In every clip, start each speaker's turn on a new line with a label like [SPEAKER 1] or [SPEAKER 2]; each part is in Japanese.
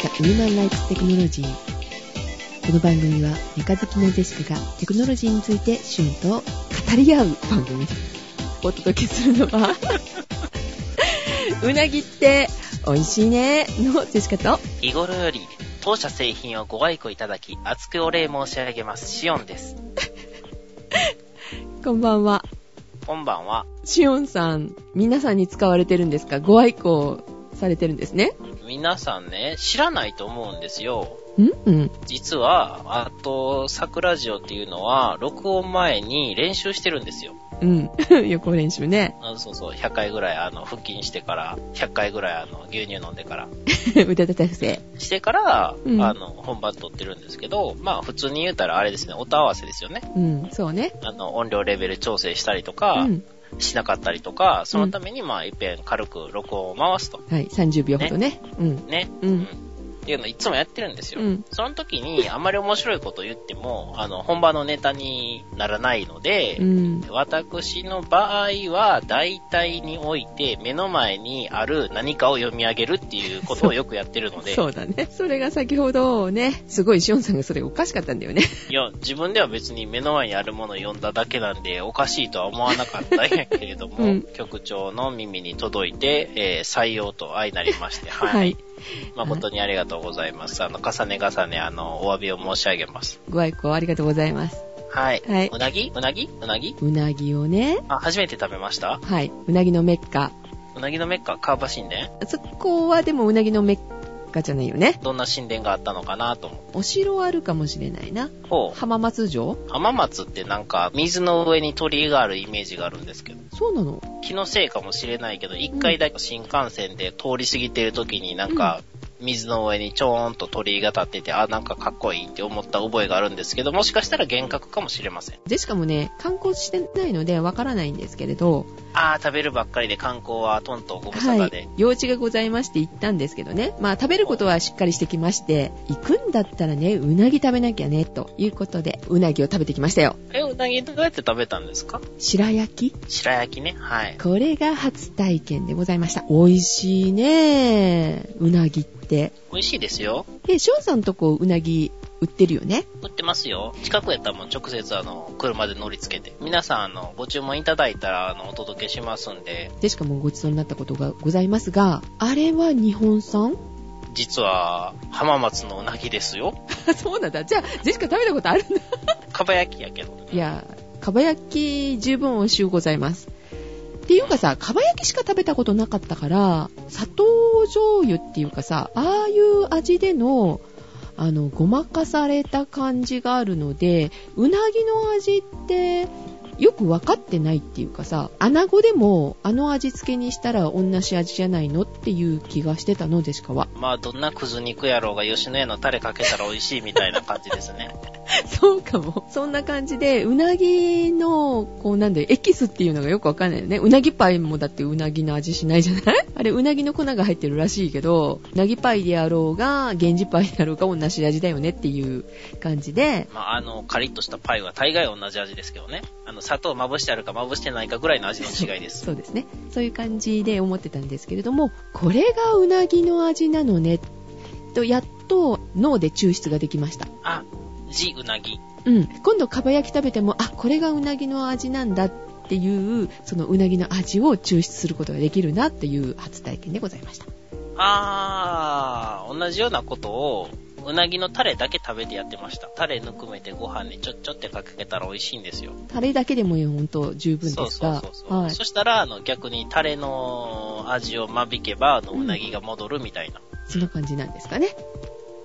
[SPEAKER 1] ヒューマン・ライツ・テクノロジー。この番組はメカ好きなジェシカがテクノロジーについてシュンと語り合う番組です。お届けするのは、 うなぎって美味しいねのジェシカと、
[SPEAKER 2] 日頃より当社製品をご愛顧いただき、厚くお礼申し上げます、シオンです。
[SPEAKER 1] こんばんは。
[SPEAKER 2] こんばんは。
[SPEAKER 1] シオンさん、皆さんに使われてるんですかご愛顧されてるんですね
[SPEAKER 2] 皆さんね、知らないと思うんですよ。
[SPEAKER 1] んうん。
[SPEAKER 2] 実は、あと、桜ジオっていうのは、録音前に練習してるんですよ。
[SPEAKER 1] うん。 予行練習ね。
[SPEAKER 2] あそうそう、100回ぐらい、あの、腹筋してから、100回ぐらい、あの、牛乳飲んでから。
[SPEAKER 1] 腕立て伏せ。
[SPEAKER 2] してから、
[SPEAKER 1] うん
[SPEAKER 2] あの、本番撮ってるんですけど、まあ、普通に言うたらあれですね、音合わせですよね。
[SPEAKER 1] うん、そうね。
[SPEAKER 2] あの、音量レベル調整したりと
[SPEAKER 1] う
[SPEAKER 2] か、
[SPEAKER 1] ん。
[SPEAKER 2] しなかったりとか、そのために、まあ、いっぺん軽く録音を回すと。
[SPEAKER 1] はい、30秒ほどね。うん。
[SPEAKER 2] ね。
[SPEAKER 1] うん
[SPEAKER 2] っていうのいつもやってるんですよ。
[SPEAKER 1] うん
[SPEAKER 2] その時に、あまり面白いこと言っても、あの、本場のネタにならないので、
[SPEAKER 1] うん。
[SPEAKER 2] 私の場合は、大体において、目の前にある何かを読み上げるっていうことをよくやってるので、
[SPEAKER 1] そうだね。それが先ほどね、すごいしおんさんがそれおかしかったんだよね。
[SPEAKER 2] いや、自分では別に目の前にあるものを読んだだけなんで、おかしいとは思わなかったんやけれども、
[SPEAKER 1] うん
[SPEAKER 2] 局長の耳に届いて、えー採用と相なりまして、はい。
[SPEAKER 1] はい。
[SPEAKER 2] 誠にありがとうございます。あの、重ね重ね、あの、お詫びを申し上げます。
[SPEAKER 1] ご愛顧ありがとうございます。
[SPEAKER 2] はい。
[SPEAKER 1] はいう
[SPEAKER 2] なぎうなぎうなぎ
[SPEAKER 1] うなぎをね、
[SPEAKER 2] あ、初めて食べました
[SPEAKER 1] はい、うなぎのメッカ。
[SPEAKER 2] うなぎのメッカ、川場神殿
[SPEAKER 1] そこはでもうなぎのメッカじゃないよね。
[SPEAKER 2] どんな神殿があったのかなと思
[SPEAKER 1] お城あるかもしれないな。
[SPEAKER 2] う。ほう。
[SPEAKER 1] 浜松城
[SPEAKER 2] 浜松ってなんか、水の上に鳥居があるイメージがあるんですけど、
[SPEAKER 1] そうなの
[SPEAKER 2] 気のせいかもしれないけど、一回だけ新幹線で通り過ぎてる時になんか、水の上にちょーんと鳥居が立ってて、あ、なんかかっこいいって思った覚えがあるんですけど、もしかしたら幻覚かもしれません。
[SPEAKER 1] ジェシカもね、観光してないのでわからないんですけれど、
[SPEAKER 2] あー、食べるばっかりで観光はトントンご無沙
[SPEAKER 1] は
[SPEAKER 2] 汰で。
[SPEAKER 1] い、用事がございまして行ったんですけどね、まあ食べることはしっかりしてきまして、行くんだったらね、うなぎ食べなきゃね、ということで、うなぎを食べてきましたよ。
[SPEAKER 2] え、うなぎどうやって食べたんですか
[SPEAKER 1] 白焼き
[SPEAKER 2] 白焼きね。はい。
[SPEAKER 1] これが初体験でございました。美味しいねうなぎって。
[SPEAKER 2] 美味しいですよ。
[SPEAKER 1] で、ションさんとこうなぎ売ってるよね。
[SPEAKER 2] 売ってますよ。近くやったらもう直接あの、車で乗り付けて。皆さんあの、ご注文いただいたらあの、お届けしますんで、
[SPEAKER 1] でしかもごちそうになったことがございますが、あれは日本産
[SPEAKER 2] 実は、浜松のうなぎですよ。
[SPEAKER 1] そうなんだ。じゃあ、ジェシカ食べたことあるんだ。
[SPEAKER 2] かば焼きやけど。
[SPEAKER 1] いやー、かば焼き十分美味しゅうございます。っていうかさ、かば焼きしか食べたことなかったから、砂糖醤油っていうかさ、ああいう味での、あの、ごまかされた感じがあるので、うなぎの味って、よく分かってないっていうかさ、穴子でもあの味付けにしたら同じ味じゃないのっていう気がしてたのでしかは。
[SPEAKER 2] まあ、どんなくず肉やろうが吉野家のタレかけたら美味しいみたいな感じですね。
[SPEAKER 1] そうかも。そんな感じで、うなぎの、こうなんだよエキスっていうのがよくわかんないよね。うなぎパイもだってうなぎの味しないじゃない あれ、うなぎの粉が入ってるらしいけど、うなぎパイであろうが、源氏パイであろうが同じ味だよねっていう感じで、
[SPEAKER 2] まあ、あの、カリッとしたパイは大概同じ味ですけどね。あの、砂糖まぶしてあるかまぶしてないかぐらいの味の違 いです。
[SPEAKER 1] そうですね。そういう感じで思ってたんですけれども、これがうなぎの味なのね、と、やっと脳で抽出ができました。
[SPEAKER 2] あ、じうなぎ。
[SPEAKER 1] うん、今度かば焼き食べてもあこれがうなぎの味なんだっていうそのうなぎの味を抽出することができるなっていう初体験でございました
[SPEAKER 2] あー、同じようなことを、うなぎのタレだけ食べてやってました。タレぬくめてご飯にちょっちょってかけたら美味しいんですよ。
[SPEAKER 1] タレだけでもほんと十分
[SPEAKER 2] そ
[SPEAKER 1] で
[SPEAKER 2] う
[SPEAKER 1] す
[SPEAKER 2] そう
[SPEAKER 1] が
[SPEAKER 2] そうそう、
[SPEAKER 1] はい
[SPEAKER 2] そしたら、あの、逆にタレの味を間引けば、あの、うなぎが戻るみたいな。
[SPEAKER 1] そんな感じなんですかね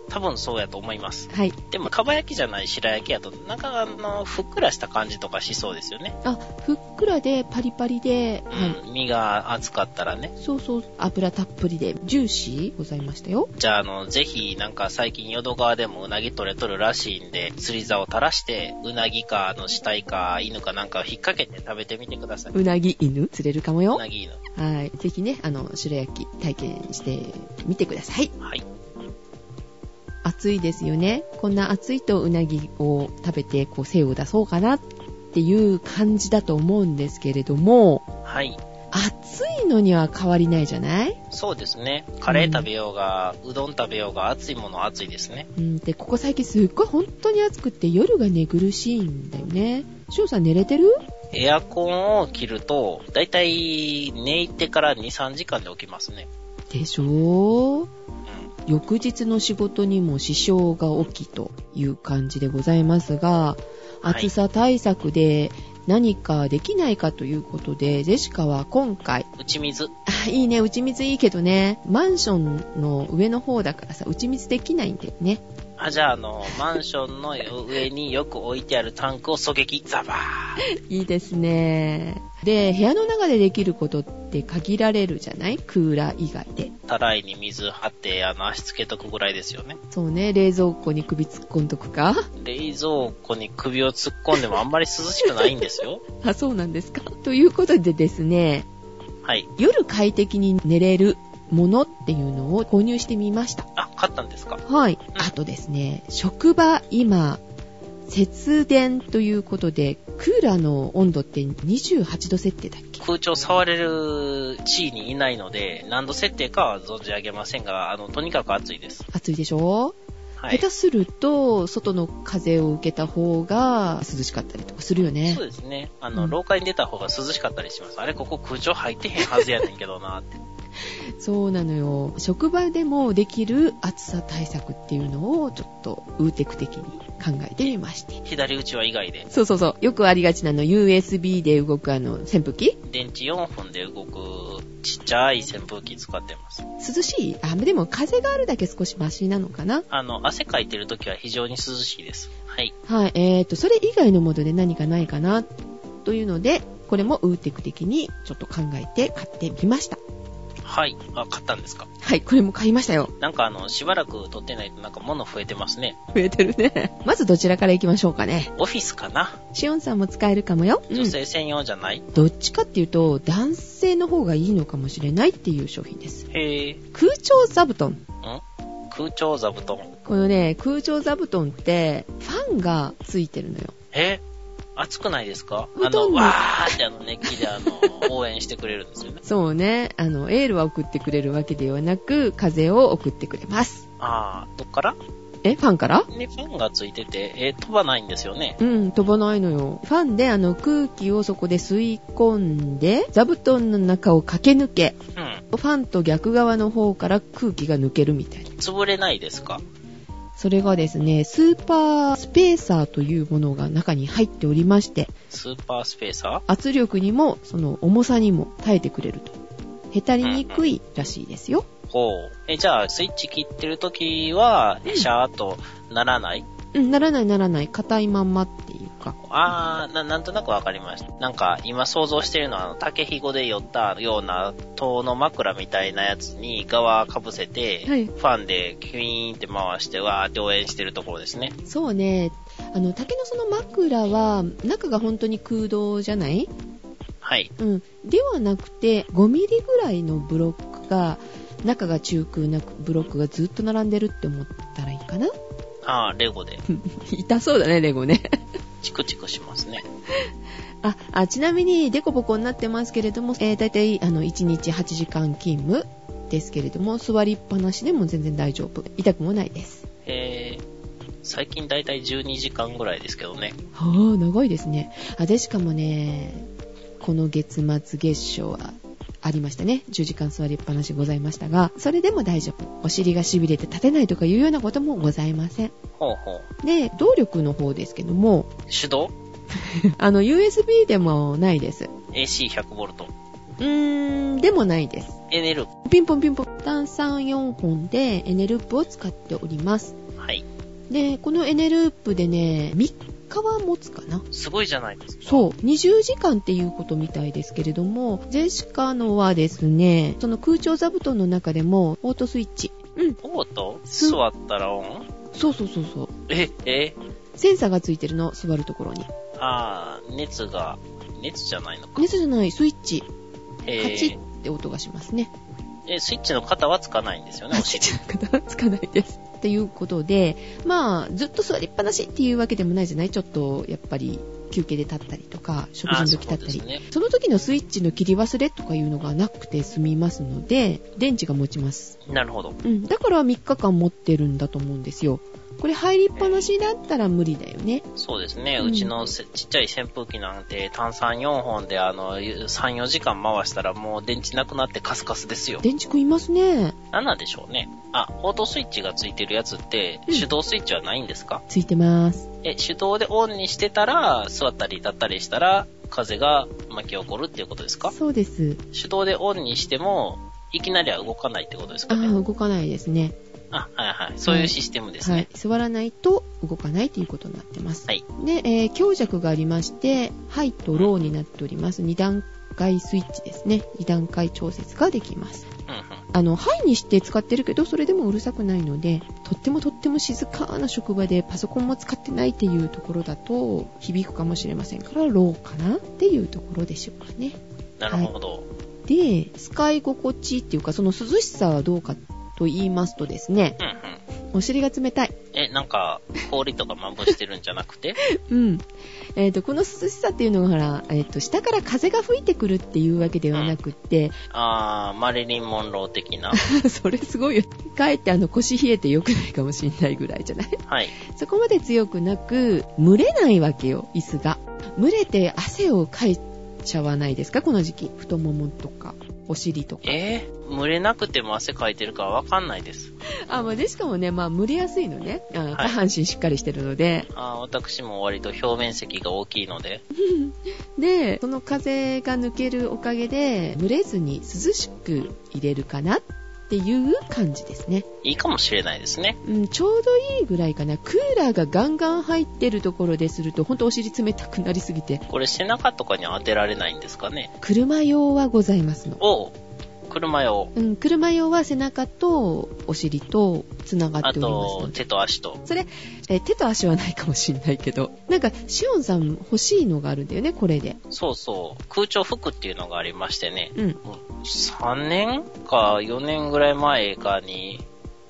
[SPEAKER 2] 多分そうやと思います。
[SPEAKER 1] はい
[SPEAKER 2] でも、かば焼きじゃない白焼きやと、なんか、あの、ふっくらした感じとかしそうですよね。
[SPEAKER 1] あふっくらでパリパリで、はい、
[SPEAKER 2] うん。身が厚かったらね。
[SPEAKER 1] そうそう油たっぷりでジューシーございましたよ
[SPEAKER 2] じゃあ、あの、ぜひ、なんか最近淀川でもうなぎ取れとるらしいんで、釣り竿垂らして、うなぎか、あの、死体か、犬かなんかを引っ掛けて食べてみてください。
[SPEAKER 1] うなぎ犬釣れるかも
[SPEAKER 2] う
[SPEAKER 1] よ
[SPEAKER 2] なぎ犬。
[SPEAKER 1] はいぜひねあの白焼き体験してみてください
[SPEAKER 2] はい。
[SPEAKER 1] 暑いですよね。こんな暑いとうなぎを食べて、こう、精を出そうかなっていう感じだと思うんですけれども、
[SPEAKER 2] はい。
[SPEAKER 1] 暑いんのには変わりないじゃない
[SPEAKER 2] そうですね。カレー食べようが、うどん食べようが、熱いものは熱いですね。
[SPEAKER 1] うん、で、ここ最近すっごい本当に暑くって夜が寝苦しいんだよね。しおんさん寝れてる
[SPEAKER 2] エアコンを切ると、だいたい寝いてから2、3時間で起きますね。
[SPEAKER 1] でしょう
[SPEAKER 2] う
[SPEAKER 1] 翌日の仕事にも支障が起きという感じでございますが、
[SPEAKER 2] はい
[SPEAKER 1] 暑さ対策で何かできないかということで、ジェシカは今回、
[SPEAKER 2] ん。打ち水。
[SPEAKER 1] あ いいね、打ち水いいけどね、マンションの上の方だからさ、打ち水できないんだよね。
[SPEAKER 2] あ、じゃあ、あの、マンションの上によく置いてあるタンクを狙撃、ザバー。
[SPEAKER 1] いいですね。で、部屋の中でできることって限られるじゃないクーラー以外で。
[SPEAKER 2] たらいに水張って、あの、足つけとくぐらいですよね。
[SPEAKER 1] そうね、冷蔵庫に首突っ込んとくか。
[SPEAKER 2] 冷蔵庫に首を突っ込んでもあんまり涼しくないんですよ。
[SPEAKER 1] あ、そうなんですか。ということでですね、
[SPEAKER 2] はい。
[SPEAKER 1] 夜快適に寝れるものっていうのを購入してみました。
[SPEAKER 2] あ、買ったんですか
[SPEAKER 1] はい。あとですね、職場今、節電ということで、クーラーの温度って28度設定だっけ
[SPEAKER 2] 空調触れる地位にいないので、何度設定かは存じ上げませんが、あの、とにかく暑いです。
[SPEAKER 1] 暑いでしょ、
[SPEAKER 2] はい
[SPEAKER 1] 下。手すると、外の風を受けた方が涼しかったりとかするよね
[SPEAKER 2] そう。ですね。あ
[SPEAKER 1] う
[SPEAKER 2] の、
[SPEAKER 1] ん
[SPEAKER 2] 廊下に出た方が涼しかったりします。あれ、ここ空調入ってへんはずやねんけどなって。
[SPEAKER 1] そうなのよ。職場でもできる暑さ対策っていうのをちょっとウーテク的に考えてみまして。
[SPEAKER 2] 左打ちは以外で、
[SPEAKER 1] そうそうそう。よくありがちなあの USB で動くあの扇風機
[SPEAKER 2] 電池4本で動くちっちゃい扇風機使ってます。
[SPEAKER 1] 涼しいあ、でも風があるだけ少しマシなのかな
[SPEAKER 2] あの、汗かいてる時は非常に涼しいです。はい。
[SPEAKER 1] はい。えーと、それ以外のもので何かないかなというので、これもウーテク的にちょっと考えて買ってみました。
[SPEAKER 2] はい。あ、買ったんですか
[SPEAKER 1] はい、これも買いましたよ。
[SPEAKER 2] なんかあの、しばらく撮ってないとなんか物増えてますね。
[SPEAKER 1] 増えてるね。まずどちらから行きましょうかね。
[SPEAKER 2] オフィスかな
[SPEAKER 1] シオンさんも使えるかもよ。
[SPEAKER 2] 女性専用じゃない、
[SPEAKER 1] どっちかっていうと、男性の方がいいのかもしれないっていう商品です。
[SPEAKER 2] へえ。
[SPEAKER 1] 空調座布団。
[SPEAKER 2] 空調座布団。
[SPEAKER 1] このね、空調座布団って、ファンがついてるのよ。
[SPEAKER 2] え暑くないですか
[SPEAKER 1] 布
[SPEAKER 2] あ
[SPEAKER 1] 団の
[SPEAKER 2] の、わーってあの熱気であの、応援してくれるんですよね。
[SPEAKER 1] そうね、あの、エールは送ってくれるわけではなく、風を送ってくれます。
[SPEAKER 2] あー、どっから
[SPEAKER 1] え、ファンから
[SPEAKER 2] ね、ファンがついてて、えー飛ばないんですよね。
[SPEAKER 1] うん、飛ばないのよ。ファンであの空気をそこで吸い込んで、座布団の中を駆け抜け、
[SPEAKER 2] うん。
[SPEAKER 1] ファンと逆側の方から空気が抜けるみたいな。
[SPEAKER 2] 潰れないですか
[SPEAKER 1] それがですね、スーパースペーサーというものが中に入っておりまして、
[SPEAKER 2] スーパースペーサ
[SPEAKER 1] 圧力にもその重さにも耐えてくれると。へたりにくいらしいですよ。
[SPEAKER 2] ーほう。え、じゃあ、スイッチ切ってるときは、シャーっとならない
[SPEAKER 1] うん、ならないならない。硬いまんまっていうか。
[SPEAKER 2] あーな、なんとなくわかりました。なんか、今想像してるのは、あの、竹ひごで寄ったような、塔の枕みたいなやつに側かぶせて、
[SPEAKER 1] はい
[SPEAKER 2] ファンでキュイーンって回して、わーって応援してるところですね。
[SPEAKER 1] そうね、あの、竹のその枕は、中が本当に空洞じゃない
[SPEAKER 2] はい。
[SPEAKER 1] うん。ではなくて、5ミリぐらいのブロックが、中が中空なブロックがずっと並んでるって思ったらいいかな
[SPEAKER 2] あーレゴで、
[SPEAKER 1] 痛そうだね、レゴね。
[SPEAKER 2] チクチクしますね。
[SPEAKER 1] あ、あちなみに、デコボコになってますけれども、えー、大体、あの、1日8時間勤務ですけれども、座りっぱなしでも全然大丈夫。痛くもないです。
[SPEAKER 2] えー、最近だいたい12時間ぐらいですけどね。
[SPEAKER 1] はあ、長いですね。あ、で、しかもね、この月末月初は、ありましたね。10時間座りっぱなしございましたが、それでも大丈夫。お尻が痺れて立てないとかいうようなこともございません。
[SPEAKER 2] ほうほう。
[SPEAKER 1] で、動力の方ですけど も、
[SPEAKER 2] 手動
[SPEAKER 1] あの、USB でもないです。
[SPEAKER 2] ?AC100 ボルト。
[SPEAKER 1] うーん、でもないです。
[SPEAKER 2] エネル。
[SPEAKER 1] ピンポンピンポン。炭酸4本でエネループを使っております。
[SPEAKER 2] はい。
[SPEAKER 1] で、このエネループでね、3日は持つかな。
[SPEAKER 2] すごいじゃないですか。
[SPEAKER 1] そう、20時間っていうことみたいですけれども、ジェシカのはですね、その空調座布団の中でも、オートスイッチ。うん、
[SPEAKER 2] おーと座ったらオン
[SPEAKER 1] そうそうそうそう。
[SPEAKER 2] え、え
[SPEAKER 1] センサーがついてるの、座るところに。
[SPEAKER 2] あー、熱が、熱じゃないのか。
[SPEAKER 1] 熱じゃない、スイッチ。
[SPEAKER 2] え
[SPEAKER 1] カチッって音がしますね。
[SPEAKER 2] え、スイッチの肩はつかないんですよね、お尻。
[SPEAKER 1] 肩つかないです。っていうことで、まあ、ずっと座りっぱなしっていうわけでもないじゃないちょっと、やっぱり、休憩で立ったりとか、食事の時立ったり
[SPEAKER 2] あそうですね
[SPEAKER 1] その時のスイッチの切り忘れとかいうのがなくて済みますので、電池が持ちます。
[SPEAKER 2] なるほど。
[SPEAKER 1] うん。だから3日間持ってるんだと思うんですよ。これ入りっぱなしだったら無理だよね。
[SPEAKER 2] そうですね。
[SPEAKER 1] うん
[SPEAKER 2] うちのせちっちゃい扇風機なんて、炭酸4本で、あの、3、4時間回したらもう電池なくなってカスカスですよ。
[SPEAKER 1] 電池食いますね。
[SPEAKER 2] 何なんでしょうね。あ、オートスイッチがついてるやつって、
[SPEAKER 1] うん
[SPEAKER 2] 手動スイッチはないんですか、
[SPEAKER 1] ついてます。
[SPEAKER 2] え、手動でオンにしてたら、座ったり立ったりしたら、風が巻き起こるっていうことですか
[SPEAKER 1] そうです。
[SPEAKER 2] 手動でオンにしても、いきなりは動かないってことです
[SPEAKER 1] あ
[SPEAKER 2] か
[SPEAKER 1] あ、
[SPEAKER 2] ね。
[SPEAKER 1] 動かないですね。
[SPEAKER 2] あ、はいはい。そういうシステムです
[SPEAKER 1] はい
[SPEAKER 2] ね。。
[SPEAKER 1] 座らないと動かないということになってます。
[SPEAKER 2] はい。
[SPEAKER 1] で、えー強弱がありまして、ハイとローになっております。2段階スイッチですね。2段階調節ができます。
[SPEAKER 2] うん
[SPEAKER 1] あの、ハイにして使ってるけど、それでもうるさくないので、とってもとっても静かな職場でパソコンも使ってないっていうところだと、響くかもしれませんから、ローかなっていうところでしょうかね。
[SPEAKER 2] うん。なるほど。
[SPEAKER 1] で、使い心地っていうか、その涼しさはどうかと言いますとですね、
[SPEAKER 2] うんうん。
[SPEAKER 1] お尻が冷たい。
[SPEAKER 2] え、なんか、氷とかまぶしてるんじゃなくて
[SPEAKER 1] うん。えっ、と、この涼しさっていうのが、ほら、えっ、と、下から風が吹いてくるっていうわけではなくって、
[SPEAKER 2] あー、マリリン・モンロー 的な。
[SPEAKER 1] それすごいよ。かえってあの腰冷えて良くないかもしれないぐらいじゃない
[SPEAKER 2] はい。
[SPEAKER 1] そこまで強くなく、蒸れないわけよ、椅子が。蒸れて汗をかいちゃわないですか、この時期。太ももとか、お尻とか。
[SPEAKER 2] えー、蒸れなくても汗かいてるからわかんないです。
[SPEAKER 1] あ、まあ、で、しかもね、まあ、蒸れやすいのね。あの
[SPEAKER 2] い
[SPEAKER 1] 下半身しっかりしてるので。
[SPEAKER 2] あー、私も割と表面積が大きいので。
[SPEAKER 1] で、その風が抜けるおかげで、蒸れずに涼しく入れるかなっていう感じですね。
[SPEAKER 2] いいかもしれないですね。
[SPEAKER 1] うん、ちょうどいいぐらいかな。クーラーがガンガン入ってるところですると、ほんとお尻冷たくなりすぎて、
[SPEAKER 2] これ背中とかに当てられないんですかね
[SPEAKER 1] 車用はございますの。
[SPEAKER 2] おう車用。
[SPEAKER 1] うん、車用は背中とお尻と繋が
[SPEAKER 2] あ
[SPEAKER 1] っております
[SPEAKER 2] と
[SPEAKER 1] の、で。
[SPEAKER 2] 手と足と。
[SPEAKER 1] それ、えー手と足はないかもしんないけど、なんか、シオンさん欲しいのがあるんだよね、これで。
[SPEAKER 2] そうそう。空調服っていうのがありましてね。
[SPEAKER 1] うん。
[SPEAKER 2] 3年か4年ぐらい前かに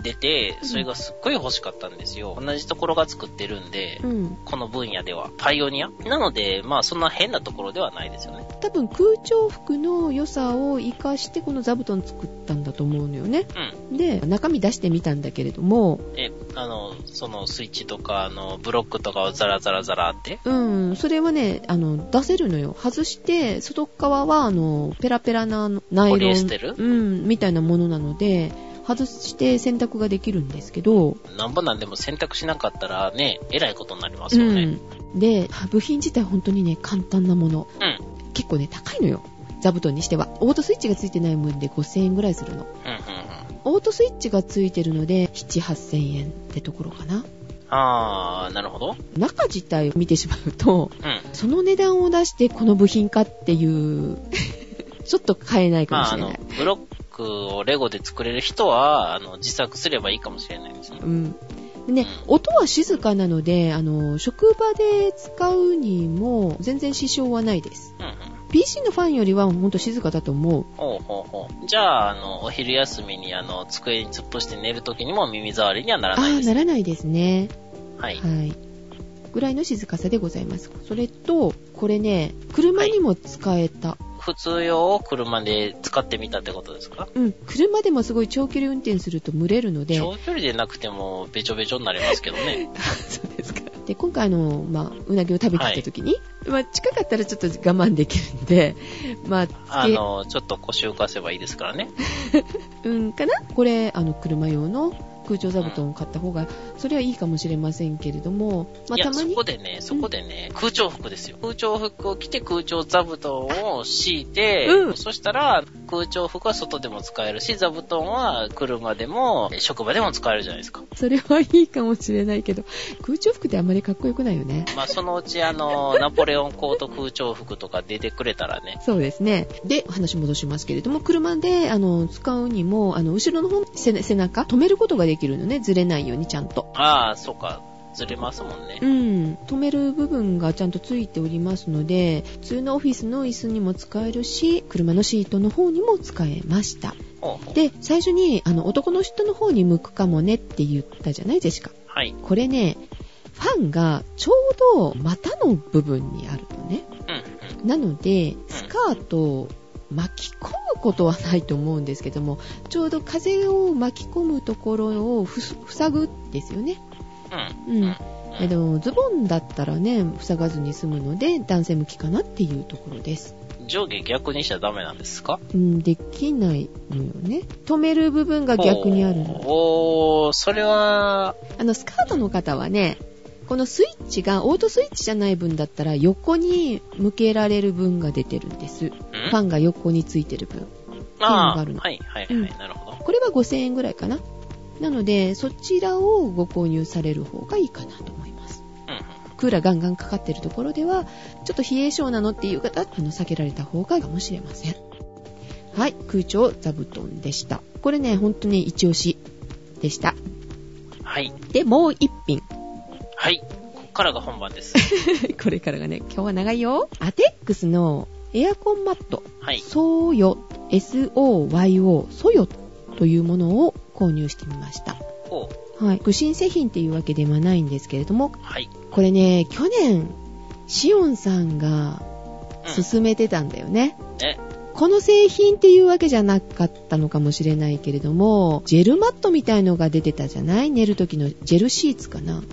[SPEAKER 2] 出て、それがすっごい欲しかったんですよ。同じところが作ってるんで
[SPEAKER 1] う、ん。
[SPEAKER 2] この分野では。パイオニアなので、まあそんな変なところではないですよね。
[SPEAKER 1] 多分空調服の良さを活かしてこの座布団作ったんだと思うのよね。
[SPEAKER 2] う
[SPEAKER 1] で、中身出してみたんだけれども、
[SPEAKER 2] え、あの、そのスイッチとか、あの、ブロックとかをザラザラザラって。
[SPEAKER 1] うん、それはね、あの、出せるのよ。外して、外側は、あの、ペラペラなあのナイロン。
[SPEAKER 2] ポリエステル
[SPEAKER 1] うん、みたいなものなので、外して洗濯ができるんですけど、
[SPEAKER 2] なんぼなんでも選択しなかったらね、えらいことになります
[SPEAKER 1] う
[SPEAKER 2] よね。
[SPEAKER 1] ん。で、部品自体本当にね、簡単なもの。
[SPEAKER 2] うん。
[SPEAKER 1] 結構ね、高いのよ。座布団にしては。オートスイッチがついてない分で5000円ぐらいするの。
[SPEAKER 2] うん、うん、うん。
[SPEAKER 1] オートスイッチがついてるので、7、8000円ってところかな。
[SPEAKER 2] あー、なるほど。
[SPEAKER 1] 中自体を見てしまうと、
[SPEAKER 2] うん。
[SPEAKER 1] その値段を出してこの部品かって いう、ちょっと買えないかも
[SPEAKER 2] まあ、
[SPEAKER 1] し
[SPEAKER 2] あ
[SPEAKER 1] れな
[SPEAKER 2] の
[SPEAKER 1] い。、
[SPEAKER 2] ブロックをレゴで作れる人は、あの、自作すればいいかもしれないですね。
[SPEAKER 1] うん。でね、音は静かなので、あの、職場で使うにも全然支障はないです。
[SPEAKER 2] うんうん。
[SPEAKER 1] PC のファンよりはほんと静かだと思う。
[SPEAKER 2] ほうほうほう。じゃあ、あの、お昼休みに、あの、机に突っ伏して寝るときにも耳障りにはなら
[SPEAKER 1] あ
[SPEAKER 2] ない
[SPEAKER 1] あ
[SPEAKER 2] で
[SPEAKER 1] ー、
[SPEAKER 2] す。
[SPEAKER 1] ならないですね。
[SPEAKER 2] はい。
[SPEAKER 1] はい。ぐらいの静かさでございます。それと、これね、車にも使えた。
[SPEAKER 2] 普通用を車で使ってみたってことですか
[SPEAKER 1] うん、車でもすごい長距離運転すると蒸れるので、
[SPEAKER 2] 長距離でなくても、べちょべちょになりますけどね。
[SPEAKER 1] そうですか。で、今回あの、まあ、うなぎを食べてきた時に、まあ、近かったらちょっと我慢できるんで、 まあ、つ
[SPEAKER 2] あの、ちょっと腰浮かせばいいですからね。
[SPEAKER 1] け、うんかなこれ、あの、車用の空調座布団を買った方が、それはいいかもしれませんけれども、まあ、
[SPEAKER 2] いや、
[SPEAKER 1] たま
[SPEAKER 2] そ
[SPEAKER 1] に
[SPEAKER 2] こ、でね、そこでね、空調服ですよ。空調服を着て空調座布団を敷いて、
[SPEAKER 1] うん
[SPEAKER 2] そしたら空調服は外でも使えるし、座布団は車でも職場でも使えるじゃないですか。
[SPEAKER 1] それはいいかもしれないけど、空調服ってあんまりかっこよくないよね。
[SPEAKER 2] まあ、そのうちあの、ナポレオンコート空調服とか出てくれたらね。
[SPEAKER 1] そうですね。で、話戻しますけれども、車で、あの、使うにも、あの、後ろの方、背背中、止めることができるのね、ずれないようにちゃんと。
[SPEAKER 2] ああ、そうか、ずれますもんね
[SPEAKER 1] う。ん、止める部分がちゃんとついておりますので普通のオフィスの椅子にも使えるし車のシートの方にも使えました
[SPEAKER 2] ほうほう
[SPEAKER 1] で最初にあの男の人の方に向くかもねって言ったじゃないジェシカ
[SPEAKER 2] はい。
[SPEAKER 1] これねファンがちょうど股の部分にあるのね。
[SPEAKER 2] うんうん。
[SPEAKER 1] なので、スカートを巻き込むことはないと思うんですけども、ちょうど風を巻き込むところをふす塞ぐんですよね。
[SPEAKER 2] うん。
[SPEAKER 1] うん。えでもズボンだったらね、塞がずに済むので、男性向きかなっていうところです。
[SPEAKER 2] 上下逆にしちゃダメなんですか
[SPEAKER 1] うん、できないのよね。止める部分が逆にあるの。
[SPEAKER 2] おー、それは、
[SPEAKER 1] あの、スカートの方はね、このスイッチがオートスイッチじゃない分だったら横に向けられる分が出てるんです。フ
[SPEAKER 2] ん
[SPEAKER 1] ァンが横についてる分。
[SPEAKER 2] あ
[SPEAKER 1] が
[SPEAKER 2] あ
[SPEAKER 1] あ
[SPEAKER 2] は
[SPEAKER 1] る
[SPEAKER 2] い
[SPEAKER 1] の
[SPEAKER 2] はいはい、
[SPEAKER 1] うん
[SPEAKER 2] なるほど。
[SPEAKER 1] これは5000円ぐらいかな。なので、そちらをご購入される方がいいかなと思います。
[SPEAKER 2] うん
[SPEAKER 1] クーラーガンガンかかってるところでは、ちょっと冷え性なのっていう方、あの、避けられた方がいいかもしれません。はい、空調座布団でした。これね、本当に一押しでした。
[SPEAKER 2] うん。はい。
[SPEAKER 1] で、もう一品。
[SPEAKER 2] はい。こっからが本番です。
[SPEAKER 1] これからがね、今日は長いよ。アテックスのエアコンマット、
[SPEAKER 2] はい。
[SPEAKER 1] ソーヨ、SOYO、ソヨというものを購入してみました。
[SPEAKER 2] お
[SPEAKER 1] はい。これ新製品っていうわけではないんですけれども、
[SPEAKER 2] はい。
[SPEAKER 1] これね、去年、シオンさんが
[SPEAKER 2] う
[SPEAKER 1] 勧めてたんだよね。
[SPEAKER 2] え
[SPEAKER 1] この製品っていうわけじゃなかったのかもしれないけれども、ジェルマットみたいのが出てたじゃない寝る時のジェルシーツかな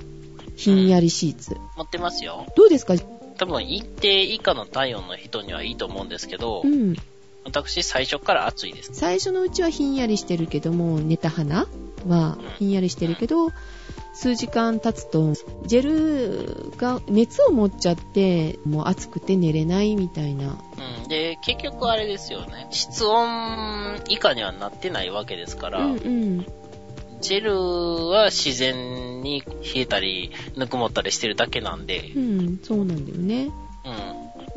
[SPEAKER 1] ひんやりシーツ。
[SPEAKER 2] ん。持ってますよ。
[SPEAKER 1] どうですか
[SPEAKER 2] 多分、一定以下の体温の人にはいいと思うんですけど、
[SPEAKER 1] うん。
[SPEAKER 2] 私、最初から暑いです。
[SPEAKER 1] 最初のうちはひんやりしてるけども寝た花はひんやりしてるけど数時間経つとジェルが熱を持っちゃってもう暑くて寝れないみたいな
[SPEAKER 2] うん。で、結局あれですよね。室温以下にはなってないわけですか
[SPEAKER 1] う
[SPEAKER 2] ら、
[SPEAKER 1] んうん
[SPEAKER 2] ジェルは自然に冷えたり、ぬくもったりしてるだけなんで、
[SPEAKER 1] うんそうなんだよね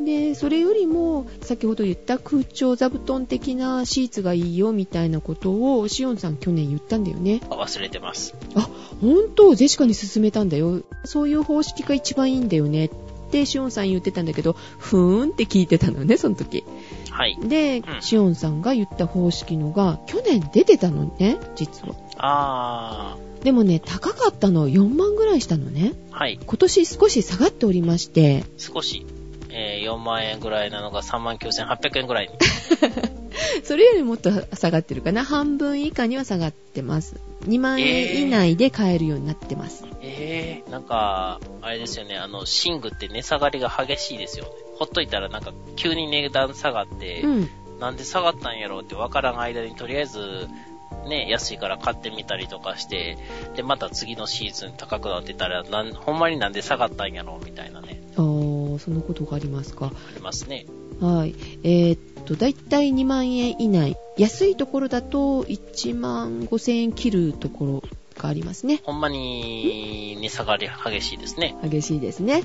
[SPEAKER 2] うん。
[SPEAKER 1] でそれよりも先ほど言った空調座布団的なシーツがいいよみたいなことをシオンさん去年言ったんだよね
[SPEAKER 2] 忘れてます。
[SPEAKER 1] 本当ジェシカに勧めたんだよそういう方式が一番いいんだよねってシオンさん言ってたんだけどふーんって聞いてたのねその時
[SPEAKER 2] はい。
[SPEAKER 1] で、
[SPEAKER 2] ん
[SPEAKER 1] シオンさんが言った方式のが、去年出てたのね、実は。
[SPEAKER 2] あ
[SPEAKER 1] でもね、高かったの、4万ぐらいしたのね。
[SPEAKER 2] ー、はい。
[SPEAKER 1] 今年少し下がっておりまして、
[SPEAKER 2] 少し、えー4万円ぐらいなのが39,800円ぐらいに。
[SPEAKER 1] それよりもっと下がってるかな。半分以下には下がってます。2万円以内で買えるようになってます。
[SPEAKER 2] えー、なんか、あれですよね、あの、寝具って値下がりが激しいですよね。ほっといたらなんか急に値段下がって、
[SPEAKER 1] うん。
[SPEAKER 2] なんで下がったんやろうってわからん間にとりあえず、ね、安いから買ってみたりとかして、で、また次のシーズン高くなってたら、なん、ほんまになんで下がったんやろうみたいなね、
[SPEAKER 1] あー、そのことがありますか。
[SPEAKER 2] ありますね。
[SPEAKER 1] はい。えーっと、だいたい2万円以内。安いところだと1万5千円切るところがありますね。
[SPEAKER 2] ほんまに、値下がり激しいですね。
[SPEAKER 1] 激しいですね。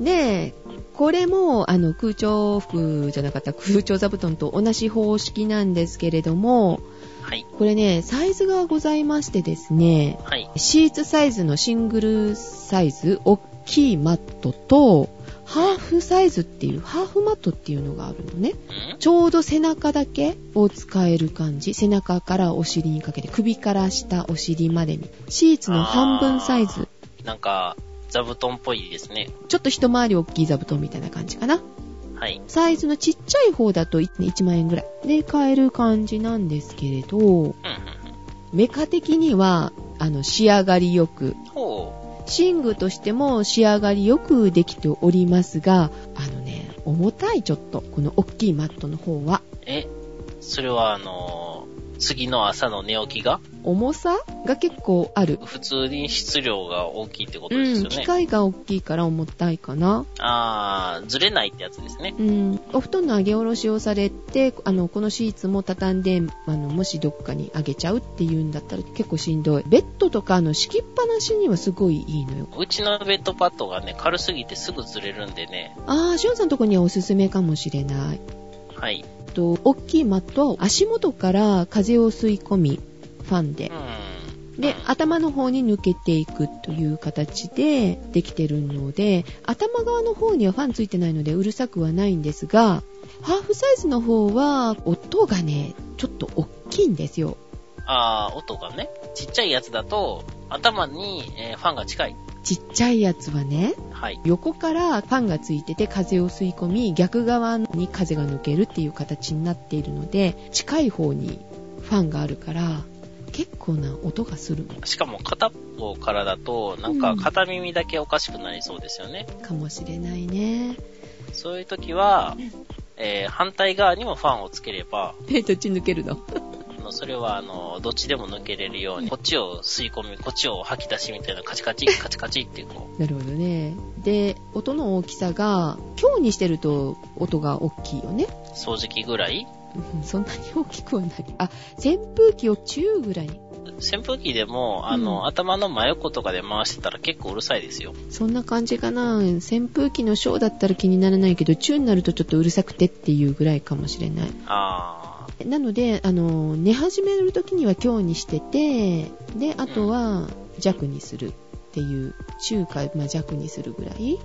[SPEAKER 1] で、これも、あの、空調服じゃなかった空調座布団と同じ方式なんですけれども、
[SPEAKER 2] はい。
[SPEAKER 1] これね、サイズがございましてですね、
[SPEAKER 2] はい。
[SPEAKER 1] シーツサイズのシングルサイズ、大きいマットと、ハーフサイズっていう、ハーフマットっていうのがあるのね。
[SPEAKER 2] ん
[SPEAKER 1] ちょうど背中だけを使える感じ。背中からお尻にかけて、首から下、お尻までに。シーツの半分サイズ。
[SPEAKER 2] なんか、座布団っぽいですね。
[SPEAKER 1] ちょっと一回り大きい座布団みたいな感じかな。
[SPEAKER 2] はい。
[SPEAKER 1] サイズのちっちゃい方だと1万円ぐらいで買える感じなんですけれど、
[SPEAKER 2] うんうん
[SPEAKER 1] メカ的には、あの、仕上がりよく、
[SPEAKER 2] うん。ほ
[SPEAKER 1] 寝具としても仕上がりよくできておりますが、あのね、重たいちょっと、この大きいマットの方は。
[SPEAKER 2] う。え、それはあのー次の朝の寝起きが、
[SPEAKER 1] 重さが結構ある。
[SPEAKER 2] 普通に質量が大きいってこと
[SPEAKER 1] う
[SPEAKER 2] です
[SPEAKER 1] ん、
[SPEAKER 2] よね
[SPEAKER 1] 機。械が大きいから重たいかな。
[SPEAKER 2] あー、ずれないってやつですね。
[SPEAKER 1] うん、お布団の上げ下ろしをされてあのこのシーツも畳んであのもしどっかに上げちゃうっていうんだったら結構しんどいベッドとかあの敷きっぱなしにはすごいいいのよ
[SPEAKER 2] うちのベッドパッドがね、軽すぎてすぐずれるんでね。
[SPEAKER 1] ああしおんさんのとこにはおすすめかもしれない
[SPEAKER 2] はい。
[SPEAKER 1] と大きいマットは足元から風を吸い込みファンで
[SPEAKER 2] うん。
[SPEAKER 1] で頭の方に抜けていくという形でできてるので頭側の方にはファンついてないのでうるさくはないんですがハーフサイズの方は音がねちょっと大きいんですよ
[SPEAKER 2] あー、音がね、ちっちゃいやつだと、頭に、えーファンが近い。
[SPEAKER 1] ちっちゃいやつはね、
[SPEAKER 2] はい。
[SPEAKER 1] 横からファンがついてて風を吸い込み、逆側に風が抜けるっていう形になっているので、近い方にファンがあるから、結構な音がする
[SPEAKER 2] しかも片方からだと、なんか片耳だけおかしくなりそうですよね。
[SPEAKER 1] かもしれないね。
[SPEAKER 2] そういう時は、えー反対側にもファンをつければ、
[SPEAKER 1] え、どっち抜けるの
[SPEAKER 2] あのそれはあの、どっちでも抜けれるように、こっちを吸い込み、こっちを吐き出しみたいなカチカチ、カチカチってこ
[SPEAKER 1] なるほどね。で、音の大きさが、強にしてると音が大きいよね。
[SPEAKER 2] う、掃除機ぐらい
[SPEAKER 1] うんそんなに大きくはない。あ、扇風機を中ぐらいに。
[SPEAKER 2] 扇風機でも、あ
[SPEAKER 1] う
[SPEAKER 2] の、
[SPEAKER 1] ん
[SPEAKER 2] 頭の真横とかで回してたら結構うるさいですよ。
[SPEAKER 1] そんな感じかな。扇風機の小だったら気にならないけど、中になるとちょっとうるさくてっていうぐらいかもしれない。
[SPEAKER 2] あ
[SPEAKER 1] なので、あの、寝始める時には強にしてて、で、あとは弱にするっていう、中か、まあ、弱にするぐらい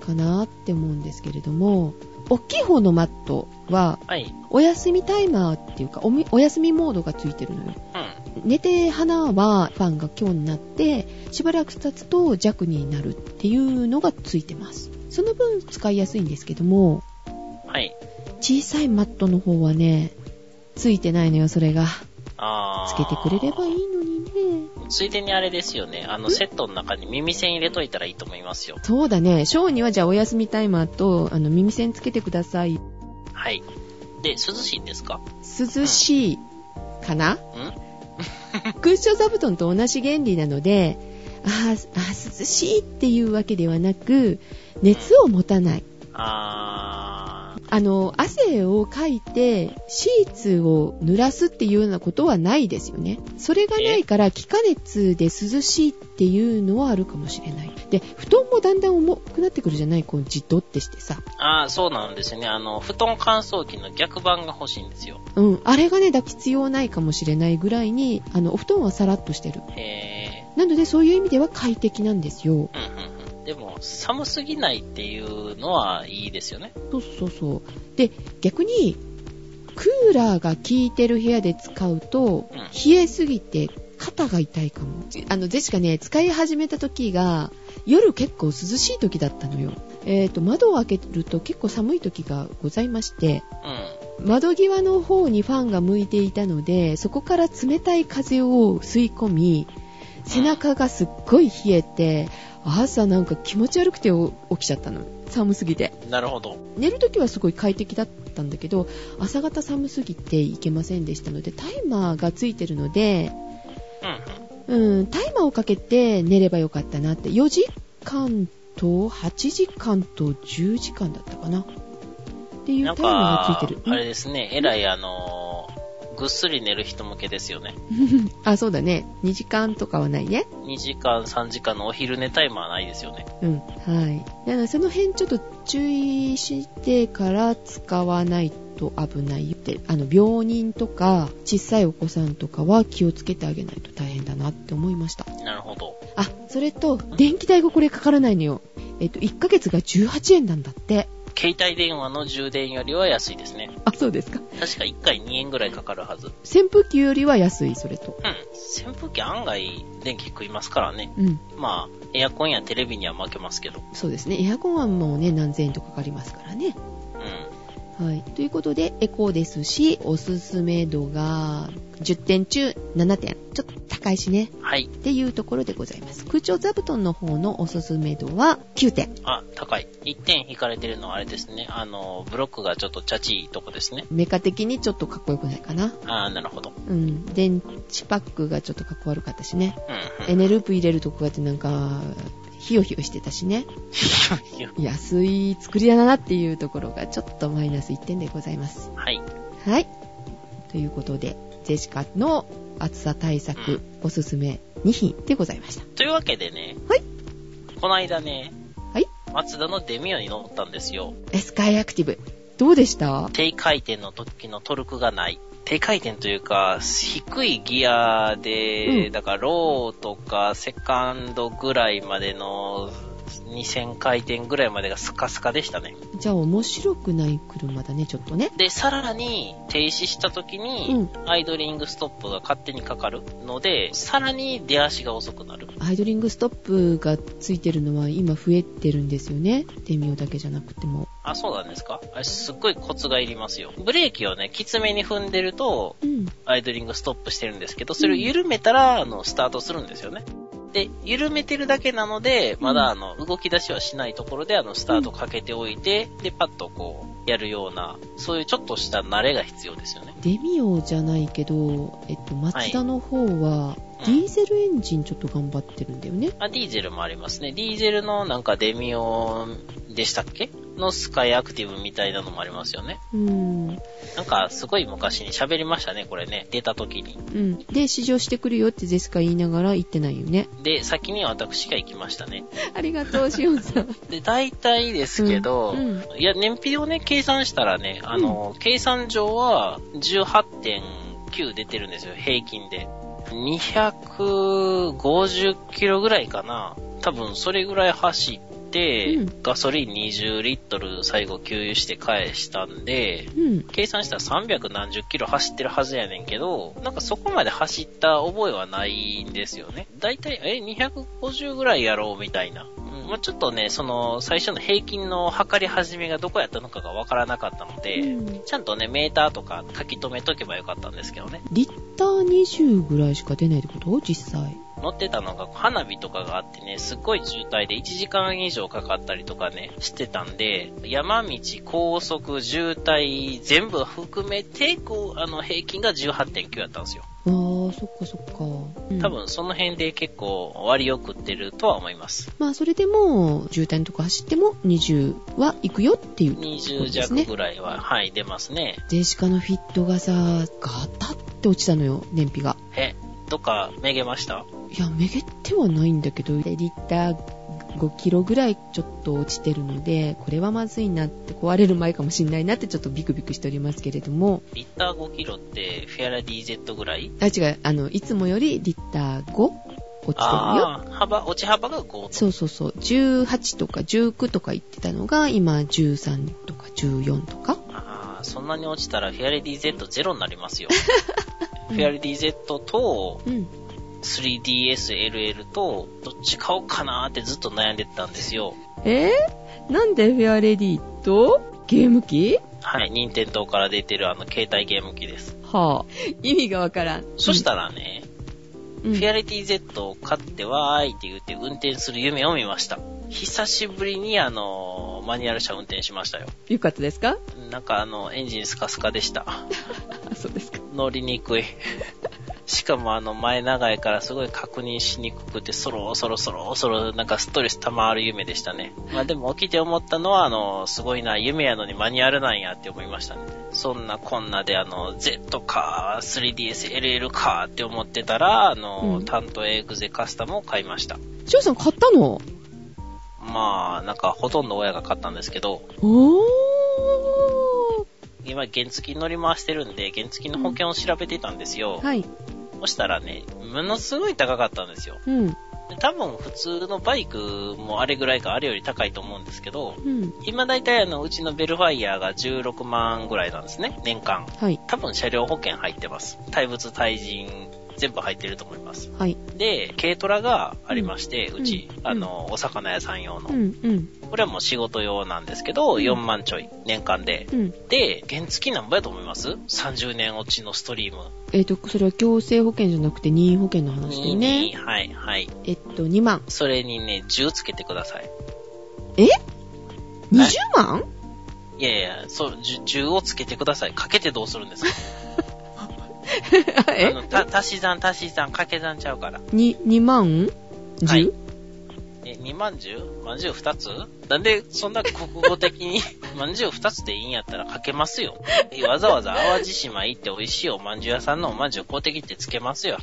[SPEAKER 1] かなって思うんですけれども、大きい方のマットは、
[SPEAKER 2] ー、はい。
[SPEAKER 1] お休みタイマーっていうか、おみお休みモードがついてるのよ。
[SPEAKER 2] うん。
[SPEAKER 1] 寝て花はファンが強になってしばらく経つと弱になるっていうのがついてますその分使いやすいんですけども
[SPEAKER 2] はい。
[SPEAKER 1] 小さいマットの方はねついてないのよそれが
[SPEAKER 2] あ
[SPEAKER 1] つ
[SPEAKER 2] ー
[SPEAKER 1] けてくれればいいのにね
[SPEAKER 2] ついでにあれですよね。あの、セットの中に耳栓入れといたらいいと思いますよ。
[SPEAKER 1] そうだねショーにはじゃあお休みタイマーとあの耳栓つけてください
[SPEAKER 2] はい。で、涼しいんですか
[SPEAKER 1] 涼しいかな
[SPEAKER 2] うん
[SPEAKER 1] 空調座布団と同じ原理なのであーあー涼しいっていうわけではなく熱を持たない
[SPEAKER 2] あー、
[SPEAKER 1] あの、汗をかいて、シーツを濡らすっていうようなことはないですよね。それがないから、気化熱で涼しいっていうのはあるかもしれない。で、布団もだんだん重くなってくるじゃないこう、じとってしてさ。
[SPEAKER 2] あー、そうなんですよね。あの、布団乾燥機の逆版が欲しいんですよ。
[SPEAKER 1] うん。あれがね、だ必要ないかもしれないぐらいに、あの、お布団はさらっとしてる。
[SPEAKER 2] へ
[SPEAKER 1] なので、そういう意味では快適なんですよ。
[SPEAKER 2] ー、うんうんうん。でも、寒すぎないっていうのはいいですよね。
[SPEAKER 1] そうそうそう。で、逆に、クーラーが効いてる部屋で使うと
[SPEAKER 2] うん、
[SPEAKER 1] 冷えすぎて肩が痛いかも。あの、ジェシカね、使い始めた時が、夜結構涼しい時だったのよ。えっ、と、窓を開けると結構寒い時がございまして、
[SPEAKER 2] う
[SPEAKER 1] 窓際の方にファンが向いていたので、そこから冷たい風を吸い込み、背中がすっごい冷えて、朝なんか気持ち悪くて起きちゃったの。寒すぎて。
[SPEAKER 2] ん。なるほど。
[SPEAKER 1] 寝るときはすごい快適だったんだけど朝方寒すぎていけませんでしたのでタイマーがついてるので、
[SPEAKER 2] うんうん。
[SPEAKER 1] うん、タイマーをかけて寝ればよかったなって4時間と8時間と10時間だったかなってい
[SPEAKER 2] な
[SPEAKER 1] うんタイマーが
[SPEAKER 2] か
[SPEAKER 1] ついてる、
[SPEAKER 2] あれですね、えらいあのーぐっすり寝る人向けですよね。
[SPEAKER 1] うんあそうだね2時間とかはないね
[SPEAKER 2] 2時間、3時間のお昼寝タイマーないですよね。
[SPEAKER 1] うんはいなのでその辺ちょっと注意してから使わないと危ないよってあの病人とか小さいお子さんとかは気をつけてあげないと大変だなって思いました
[SPEAKER 2] なるほど。
[SPEAKER 1] あそれと電気代がこれかからないのよえっと1ヶ月が18円なんだって
[SPEAKER 2] 携帯電話の充電よりは安いですね。
[SPEAKER 1] あそうですか
[SPEAKER 2] 確か1回2円ぐらいかかるはず。
[SPEAKER 1] 扇風機よりは安いそれと
[SPEAKER 2] うん。扇風機案外電気食いますからね。
[SPEAKER 1] うん
[SPEAKER 2] まあ、エアコンやテレビには負けますけど。
[SPEAKER 1] そうですねエアコンはもうね何千円とかかかりますからね
[SPEAKER 2] うん。
[SPEAKER 1] はい、ということでエコですしおすすめ度が10点中7点ちょっと高いしね
[SPEAKER 2] はい。
[SPEAKER 1] っていうところでございます空調座布団の方のおすすめ度は9点
[SPEAKER 2] あ、高い。1点引かれてるのはあれですね。あの、ブロックがちょっとチャチいとこですね。
[SPEAKER 1] メカ的にちょっとかっこよくないかな
[SPEAKER 2] あー、なるほど。
[SPEAKER 1] うん電池パックがちょっとかっこ悪かったしね
[SPEAKER 2] うん、
[SPEAKER 1] エ
[SPEAKER 2] うん。
[SPEAKER 1] ネループ入れるとこうやってなんかヒヨヒヨしてたしね安い作りだなっていうところがちょっとマイナス1点でございます
[SPEAKER 2] はい。
[SPEAKER 1] はい。ということで、ジェシカの暑さ対策おすすめ2品でございました。
[SPEAKER 2] というわけでね、
[SPEAKER 1] はい
[SPEAKER 2] この間ね、
[SPEAKER 1] はい
[SPEAKER 2] マツダのデミオに乗ったんですよ。
[SPEAKER 1] スカイアクティブ。どうでした
[SPEAKER 2] 低回転の時のトルクがない。低回転というか、低いギアで、
[SPEAKER 1] うん
[SPEAKER 2] だからローとかセカンドぐらいまでの2000回転ぐらいまでがスカスカでしたね。
[SPEAKER 1] じゃあ面白くない車だね、ちょっとね。
[SPEAKER 2] で、さらに停止した時に、アイドリングストップが勝手にかかるので、さらに出足が遅くなる。
[SPEAKER 1] アイドリングストップがついてるのは今増えてるんですよね。デミオだけじゃなくても。
[SPEAKER 2] あ、そうなんですかあれすっごいコツがいりますよ。ブレーキをね、きつめに踏んでると、
[SPEAKER 1] うん。
[SPEAKER 2] アイドリングストップしてるんですけど、それを緩めたら、あの、スタートするんですよね。で、緩めてるだけなので、まだあの、動き出しはしないところで、あの、スタートかけておいて、で、パッとこう、やるような、そういうちょっとした慣れが必要ですよね。
[SPEAKER 1] デミオじゃないけど、えっと、マツダの方は、
[SPEAKER 2] い
[SPEAKER 1] ディーゼルエンジンちょっと頑張ってるんだよね。
[SPEAKER 2] あ、ディーゼルもありますね。ディーゼルのなんかデミオでしたっけのスカイアクティブみたいなのもありますよね。
[SPEAKER 1] うん。
[SPEAKER 2] なんか、すごい昔に喋りましたね、これね。出た時に。
[SPEAKER 1] うん。で、試乗してくるよってゼスカ言いながら行ってないよね。
[SPEAKER 2] で、先に私が行きましたね。
[SPEAKER 1] ありがとう、しおんさん。
[SPEAKER 2] で、大体ですけど、
[SPEAKER 1] うん
[SPEAKER 2] いや、燃費をね、計算したらね、あの、計算上は18.9出てるんですよ、平均で。250キロぐらいかな。多分、それぐらい走って、
[SPEAKER 1] うん
[SPEAKER 2] ガソリン20リットル最後給油して返したんで、
[SPEAKER 1] うん。
[SPEAKER 2] 計算したら300何十キロ走ってるはずやねんけど、なんかそこまで走った覚えはないんですよね。だいたい、え、250ぐらいやろうみたいな。うんまあ、ちょっとね、その、最初の平均の測り始めがどこやったのかがわからなかったので、
[SPEAKER 1] うん
[SPEAKER 2] ちゃんとね、メーターとか書き留めとけばよかったんですけどね。
[SPEAKER 1] リッター20ぐらいしか出ないってこと実際。
[SPEAKER 2] 乗ってたのが花火とかがあってね、すっごい渋滞で1時間以上かかったりとかね、してたんで、山道、高速、渋滞、全部含めて、こう、あの、平均が18.9やったんですよ。
[SPEAKER 1] あー、そっかそっか。うん
[SPEAKER 2] 多。分その辺で結構割り送ってるとは思います。
[SPEAKER 1] まあ、それでも、渋滞のとこ走っても20は行くよっていう。
[SPEAKER 2] 20弱ぐらいは、はい、出ますね。
[SPEAKER 1] ゼシカのフィットがさ、ガタって落ちたのよ、燃費が。
[SPEAKER 2] え、どっかめげました
[SPEAKER 1] いや、めげってはないんだけど、リッター5キロぐらいちょっと落ちてるので、これはまずいなって、壊れる前かもしんないなってちょっとビクビクしておりますけれども、
[SPEAKER 2] リッター5キロってフェアラ DZ ぐらい
[SPEAKER 1] あ、違う、あの、いつもよりリッター5落ちてるよ。
[SPEAKER 2] ああ、幅、落ち幅が5
[SPEAKER 1] そうそうそう、18とか19とか言ってたのが、今13とか14とか。
[SPEAKER 2] ああ、そんなに落ちたらフェアレディ Z ゼロになり ますよ。フェアレディ Z と
[SPEAKER 1] うん。
[SPEAKER 2] 3DSLL とどっち買おうかなーってずっと悩んでたんですよ。
[SPEAKER 1] えーなんでフェアレディとゲーム機
[SPEAKER 2] はい、任天堂から出てるあの携帯ゲーム機です。
[SPEAKER 1] はあ、意味がわからん。
[SPEAKER 2] そしたらね、
[SPEAKER 1] うん、
[SPEAKER 2] フェア
[SPEAKER 1] レ
[SPEAKER 2] レディ Z を買ってわーいって言って運転する夢を見ました。久しぶりにあのーマニュアル車運転しましたよ。
[SPEAKER 1] よかったですか
[SPEAKER 2] なんかあの、エンジンスカスカでした。
[SPEAKER 1] あ、そうですか。
[SPEAKER 2] 乗りにくい。 しかもあの前長いからすごい確認しにくくて、そろそろそろそろなんかストレス溜まる夢でしたね。まあでも起きて思ったのはあの、すごいな、夢やのにマニュアルなんやって思いましたね。そんなこんなであの、Z か、3DS、LL かって思ってたら、あの、
[SPEAKER 1] うん
[SPEAKER 2] 担当エグゼカスタムを買いました。
[SPEAKER 1] しおさん買ったの
[SPEAKER 2] まあ、なんかほとんど親が買ったんですけど、
[SPEAKER 1] おー。
[SPEAKER 2] 今原付き乗り回してるんで、原付きの保険を調べてたんですよ。
[SPEAKER 1] はい。
[SPEAKER 2] そしたらね、ものすごい高かったんですよ。
[SPEAKER 1] うん。
[SPEAKER 2] で多分普通のバイクもあれぐらいかあれより高いと思うんですけど、
[SPEAKER 1] うん。
[SPEAKER 2] 今大体あのうちのベルファイヤーが16万ぐらいなんですね、年間。
[SPEAKER 1] はい。
[SPEAKER 2] 多分車両保険入ってます。対物、対人、全部入ってると思います。
[SPEAKER 1] はい。
[SPEAKER 2] で、軽トラがありまして、うち、
[SPEAKER 1] うん
[SPEAKER 2] あの、お魚屋さん用の。
[SPEAKER 1] うん。うん。
[SPEAKER 2] これはもう仕事用なんですけど、
[SPEAKER 1] うん
[SPEAKER 2] 4万ちょい、年間で。
[SPEAKER 1] うん。
[SPEAKER 2] で、原付きなんぼやと思います ?30 年落ちのストリーム。
[SPEAKER 1] えっ、と、それは強制保険じゃなくて任意保険の話だよね。
[SPEAKER 2] はい、はい。
[SPEAKER 1] えっと、2万。
[SPEAKER 2] それにね、10つけてください。
[SPEAKER 1] 20万
[SPEAKER 2] いやいや、そう、じゅ10をつけてください。かけてどうするんですかあ
[SPEAKER 1] え
[SPEAKER 2] の、た、足し算、足し算、掛け算ちゃうから。
[SPEAKER 1] に ?2 万 10?、
[SPEAKER 2] はいえ、2万 10? まんじゅう2つなんで、そんな国語的に、 まんじゅう2つでいいんやったらかけますよ。えわざわざ淡路島行って美味しいおまんじゅう屋さんのおまんじゅう買うてきてつけますよ。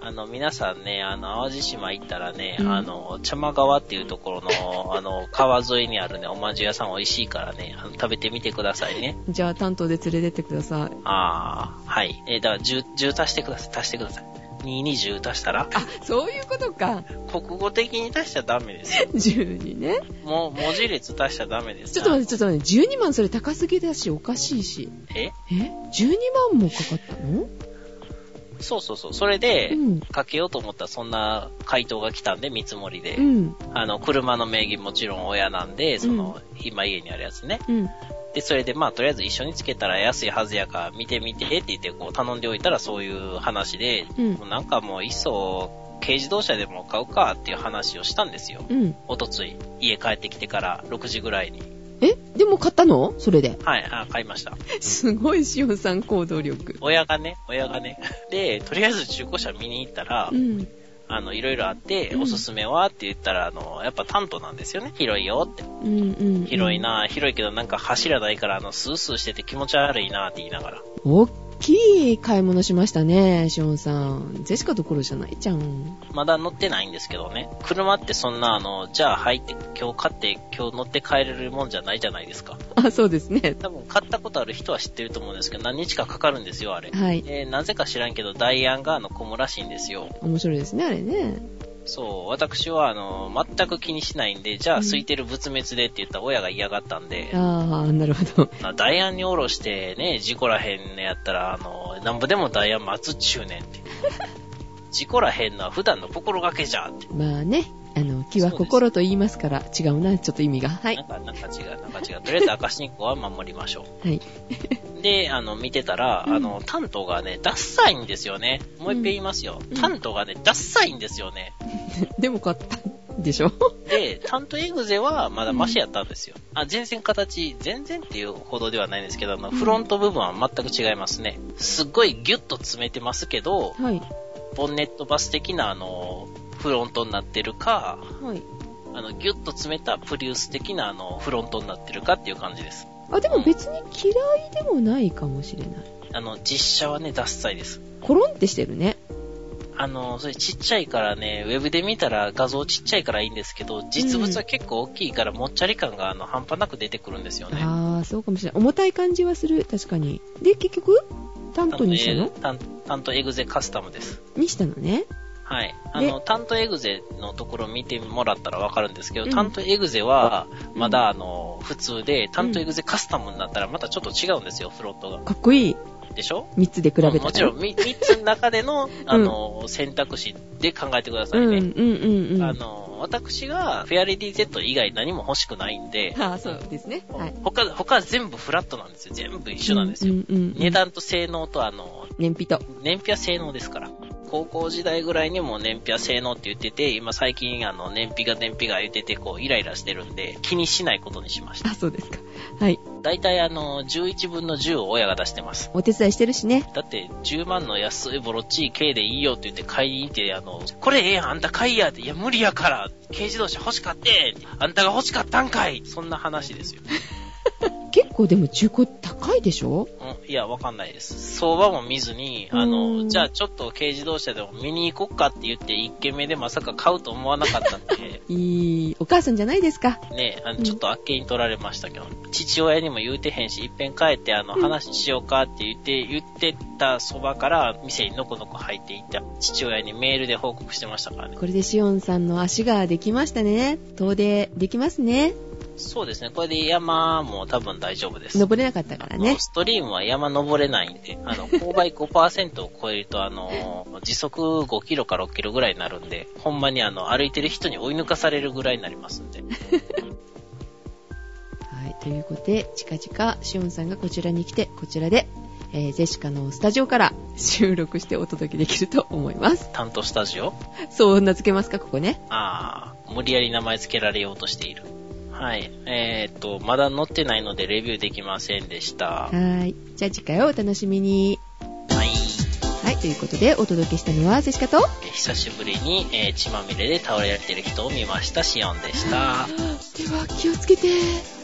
[SPEAKER 2] あの、皆さんね、あの、淡路島行ったらね、
[SPEAKER 1] うん
[SPEAKER 2] あの、茶間川っていうところの、あの、川沿いにあるね、おまんじゅう屋さん美味しいからね、あの食べてみてくださいね。
[SPEAKER 1] じゃあ、担当で連れてってください。
[SPEAKER 2] ああ、はい。えーだから10、10足してください、足してください。 2に10足したら、
[SPEAKER 1] あ、そういうことか。
[SPEAKER 2] 国語的に足しちゃダメですよ。
[SPEAKER 1] 12ね。
[SPEAKER 2] もう文字列足しちゃダメです。
[SPEAKER 1] ちょっと待って、ちょっと待って。12万それ高すぎだし、おかしいし。
[SPEAKER 2] え
[SPEAKER 1] え ?12 万もかかったの
[SPEAKER 2] そうそうそう。それで
[SPEAKER 1] う、ん。
[SPEAKER 2] かけようと思ったらそんな回答が来たんで、見積もりで
[SPEAKER 1] う。ん。
[SPEAKER 2] あの、車の名義もちろん親なんで、その、今家にあるやつね。
[SPEAKER 1] うん。
[SPEAKER 2] で、それでまあ、とりあえず一緒につけたら安いはずやから、見てみてって言って、こう、頼んでおいたらそういう話で、
[SPEAKER 1] うん
[SPEAKER 2] もうなんかもう、いっそ、軽自動車でも買うかっていう話をしたんですよ。
[SPEAKER 1] うん。
[SPEAKER 2] おとつい、家帰ってきてから6時ぐらいに。
[SPEAKER 1] えでも買ったのそれで。
[SPEAKER 2] はい、あ買いました。
[SPEAKER 1] すごい、しおんさん行動力。
[SPEAKER 2] 親がね、親がね。で、とりあえず中古車見に行ったら、
[SPEAKER 1] うん。
[SPEAKER 2] あの、いろいろあって、
[SPEAKER 1] うん
[SPEAKER 2] おすすめはって言ったら、あの、やっぱ担当なんですよね。広いよって。
[SPEAKER 1] うんうん。
[SPEAKER 2] 広い。な広いけどなんか柱ないから、あの、スースーしてて気持ち悪いなって言いながら。
[SPEAKER 1] 大きい買い物しましたね、しおんさん。ジェシカどころじゃないじゃん。
[SPEAKER 2] まだ乗ってないんですけどね。車ってそんな、あの、じゃあ入って、今日買って、今日乗って帰れるもんじゃないじゃないですか。
[SPEAKER 1] あ、そうですね。
[SPEAKER 2] 多分、買ったことある人は知ってると思うんですけど、何日かかかるんですよ、あれ。
[SPEAKER 1] はい。
[SPEAKER 2] えーなぜか知らんけど、ダイアンがあの、こもらしいんですよ。
[SPEAKER 1] 面白いですね、あれね。
[SPEAKER 2] そう、私は、あの、全く気にしないんで、じゃあ、空いてる仏滅でって言ったら親が嫌がったんで、
[SPEAKER 1] ああ、なるほど。
[SPEAKER 2] まあダイアンに降ろしてね、事故らへんねやったら、あの、なんぼでもダイアン待つっちゅうねん って。事故らへんのは普段の心がけじゃんって。
[SPEAKER 1] まあね、あの、気は心と言いますから、違うな、ちょっと意味が。はい
[SPEAKER 2] なん。か、なんか違う、なんか違う。とりあえず赤信号は守りましょ
[SPEAKER 1] はい。
[SPEAKER 2] う。で、あの、見てたら、あの、担当がね、ダッサいんですよね。もう一遍言いますよ
[SPEAKER 1] うん。
[SPEAKER 2] 担当がね、ダッサいんですよね。
[SPEAKER 1] でも買ったんでしょ
[SPEAKER 2] で、担当エグゼはまだマシやったんですよ。あ、全然形、全然っていうほどではないんですけど、あの、
[SPEAKER 1] うん
[SPEAKER 2] フロント部分は全く違いますね。すっごいギュッと詰めてますけど、
[SPEAKER 1] はい。
[SPEAKER 2] ボンネットバス的なあの、フロントになってるか、
[SPEAKER 1] はい。
[SPEAKER 2] あの、ギュッと詰めたプリウス的なあの、フロントになってるかっていう感じです。
[SPEAKER 1] あ、でも別に嫌いでもないかもしれない。
[SPEAKER 2] あの、実写はね、ダッサいです。
[SPEAKER 1] コロンってしてるね。
[SPEAKER 2] あの、それちっちゃいからね、ウェブで見たら画像ちっちゃいからいいんですけど、実物は結構大きいから、もっちゃり感があの、半端なく出てくるんですよね。
[SPEAKER 1] ああ、そうかもしれない。重たい感じはする、確かに。で、結局、担当にしたの
[SPEAKER 2] 担担当エグゼカスタムです。
[SPEAKER 1] にしたのね。
[SPEAKER 2] はい。あの、担当エグゼのところ見てもらったらわかるんですけど、
[SPEAKER 1] うん
[SPEAKER 2] 担当エグゼは、
[SPEAKER 1] うん
[SPEAKER 2] まだあの、普通で、担当エグゼカスタムになったらまたちょっと違うんですよ、フロントが。
[SPEAKER 1] かっこいい。
[SPEAKER 2] でしょ
[SPEAKER 1] 3つで比べたら。
[SPEAKER 2] もちろん、み3つの中 での、あの、選択肢で考えてくださ
[SPEAKER 1] う
[SPEAKER 2] い
[SPEAKER 1] ん、う
[SPEAKER 2] ね。
[SPEAKER 1] ん、うん、うん。
[SPEAKER 2] あの、私が、フェアレディ Z 以外何も欲しくないんで、
[SPEAKER 1] ああ、そうですね。はい。
[SPEAKER 2] 他、他全部フラットなんですよ。全部一緒なんですよ。
[SPEAKER 1] うんうんうん
[SPEAKER 2] 値段と性能と、あの、
[SPEAKER 1] 燃費と。
[SPEAKER 2] 燃費は性能ですから。高校時代ぐらいにもう燃費は性能って言ってて、今最近あの燃費が燃費が言っててこうイライラしてるんで気にしないことにしました。
[SPEAKER 1] あ、そうですか。はい。
[SPEAKER 2] だいたいあの11分の10を親が出してます。
[SPEAKER 1] お手伝いしてるしね。
[SPEAKER 2] だって10万の安いボロっちい軽でいいよって言って買いに行って、あの、これええやん、あんた買いやって、いや無理やから、軽自動車欲しかってんあんたが欲しかったんかいそんな話ですよ。
[SPEAKER 1] 結構でも中古高いでしょ
[SPEAKER 2] うん、いや、わかんないです。相場も見ずに、あ
[SPEAKER 1] うん
[SPEAKER 2] の、じゃあちょっと軽自動車でも見に行こっかって言って、一軒目でまさか買うと思わなかったん で、
[SPEAKER 1] いい、お母さんじゃないですか。
[SPEAKER 2] ね、あ
[SPEAKER 1] う
[SPEAKER 2] の、
[SPEAKER 1] ん
[SPEAKER 2] ちょっとあっけに取られましたけど、父親にも言うてへんし、一遍帰って、あの、
[SPEAKER 1] うん
[SPEAKER 2] 話しようかって言って、言ってたそばから、店にのこのこ入っていった、父親にメールで報告してましたからね。
[SPEAKER 1] これでしおんさんの足ができましたね。遠出できますね。
[SPEAKER 2] そうですね、これで山も多分大丈夫です。
[SPEAKER 1] 登れなかったからね
[SPEAKER 2] あの。ストリームは山登れないんで、あの、勾配5%を超えると、あの、時速5キロか6キロぐらいになるんで、ほんまにあの、歩いてる人に追い抜かされるぐらいになりますんで。
[SPEAKER 1] はい。ということで、近々しおんさんがこちらに来て、こちらで、えージェシカのスタジオから収録してお届けできると思います。
[SPEAKER 2] 担当スタジオ
[SPEAKER 1] そう名付けますか、ここね。
[SPEAKER 2] ああ、無理やり名前付けられようとしている。はい。えーっと、まだ載ってないのでレビューできませんでした。は
[SPEAKER 1] はい。じゃあ次回をお楽しみに。
[SPEAKER 2] い。
[SPEAKER 1] はい。ということで、お届けしたのはジェシカと、
[SPEAKER 2] 久しぶりに、えー血まみれで倒れてる人を見ました、シオンでした。
[SPEAKER 1] では気をつけて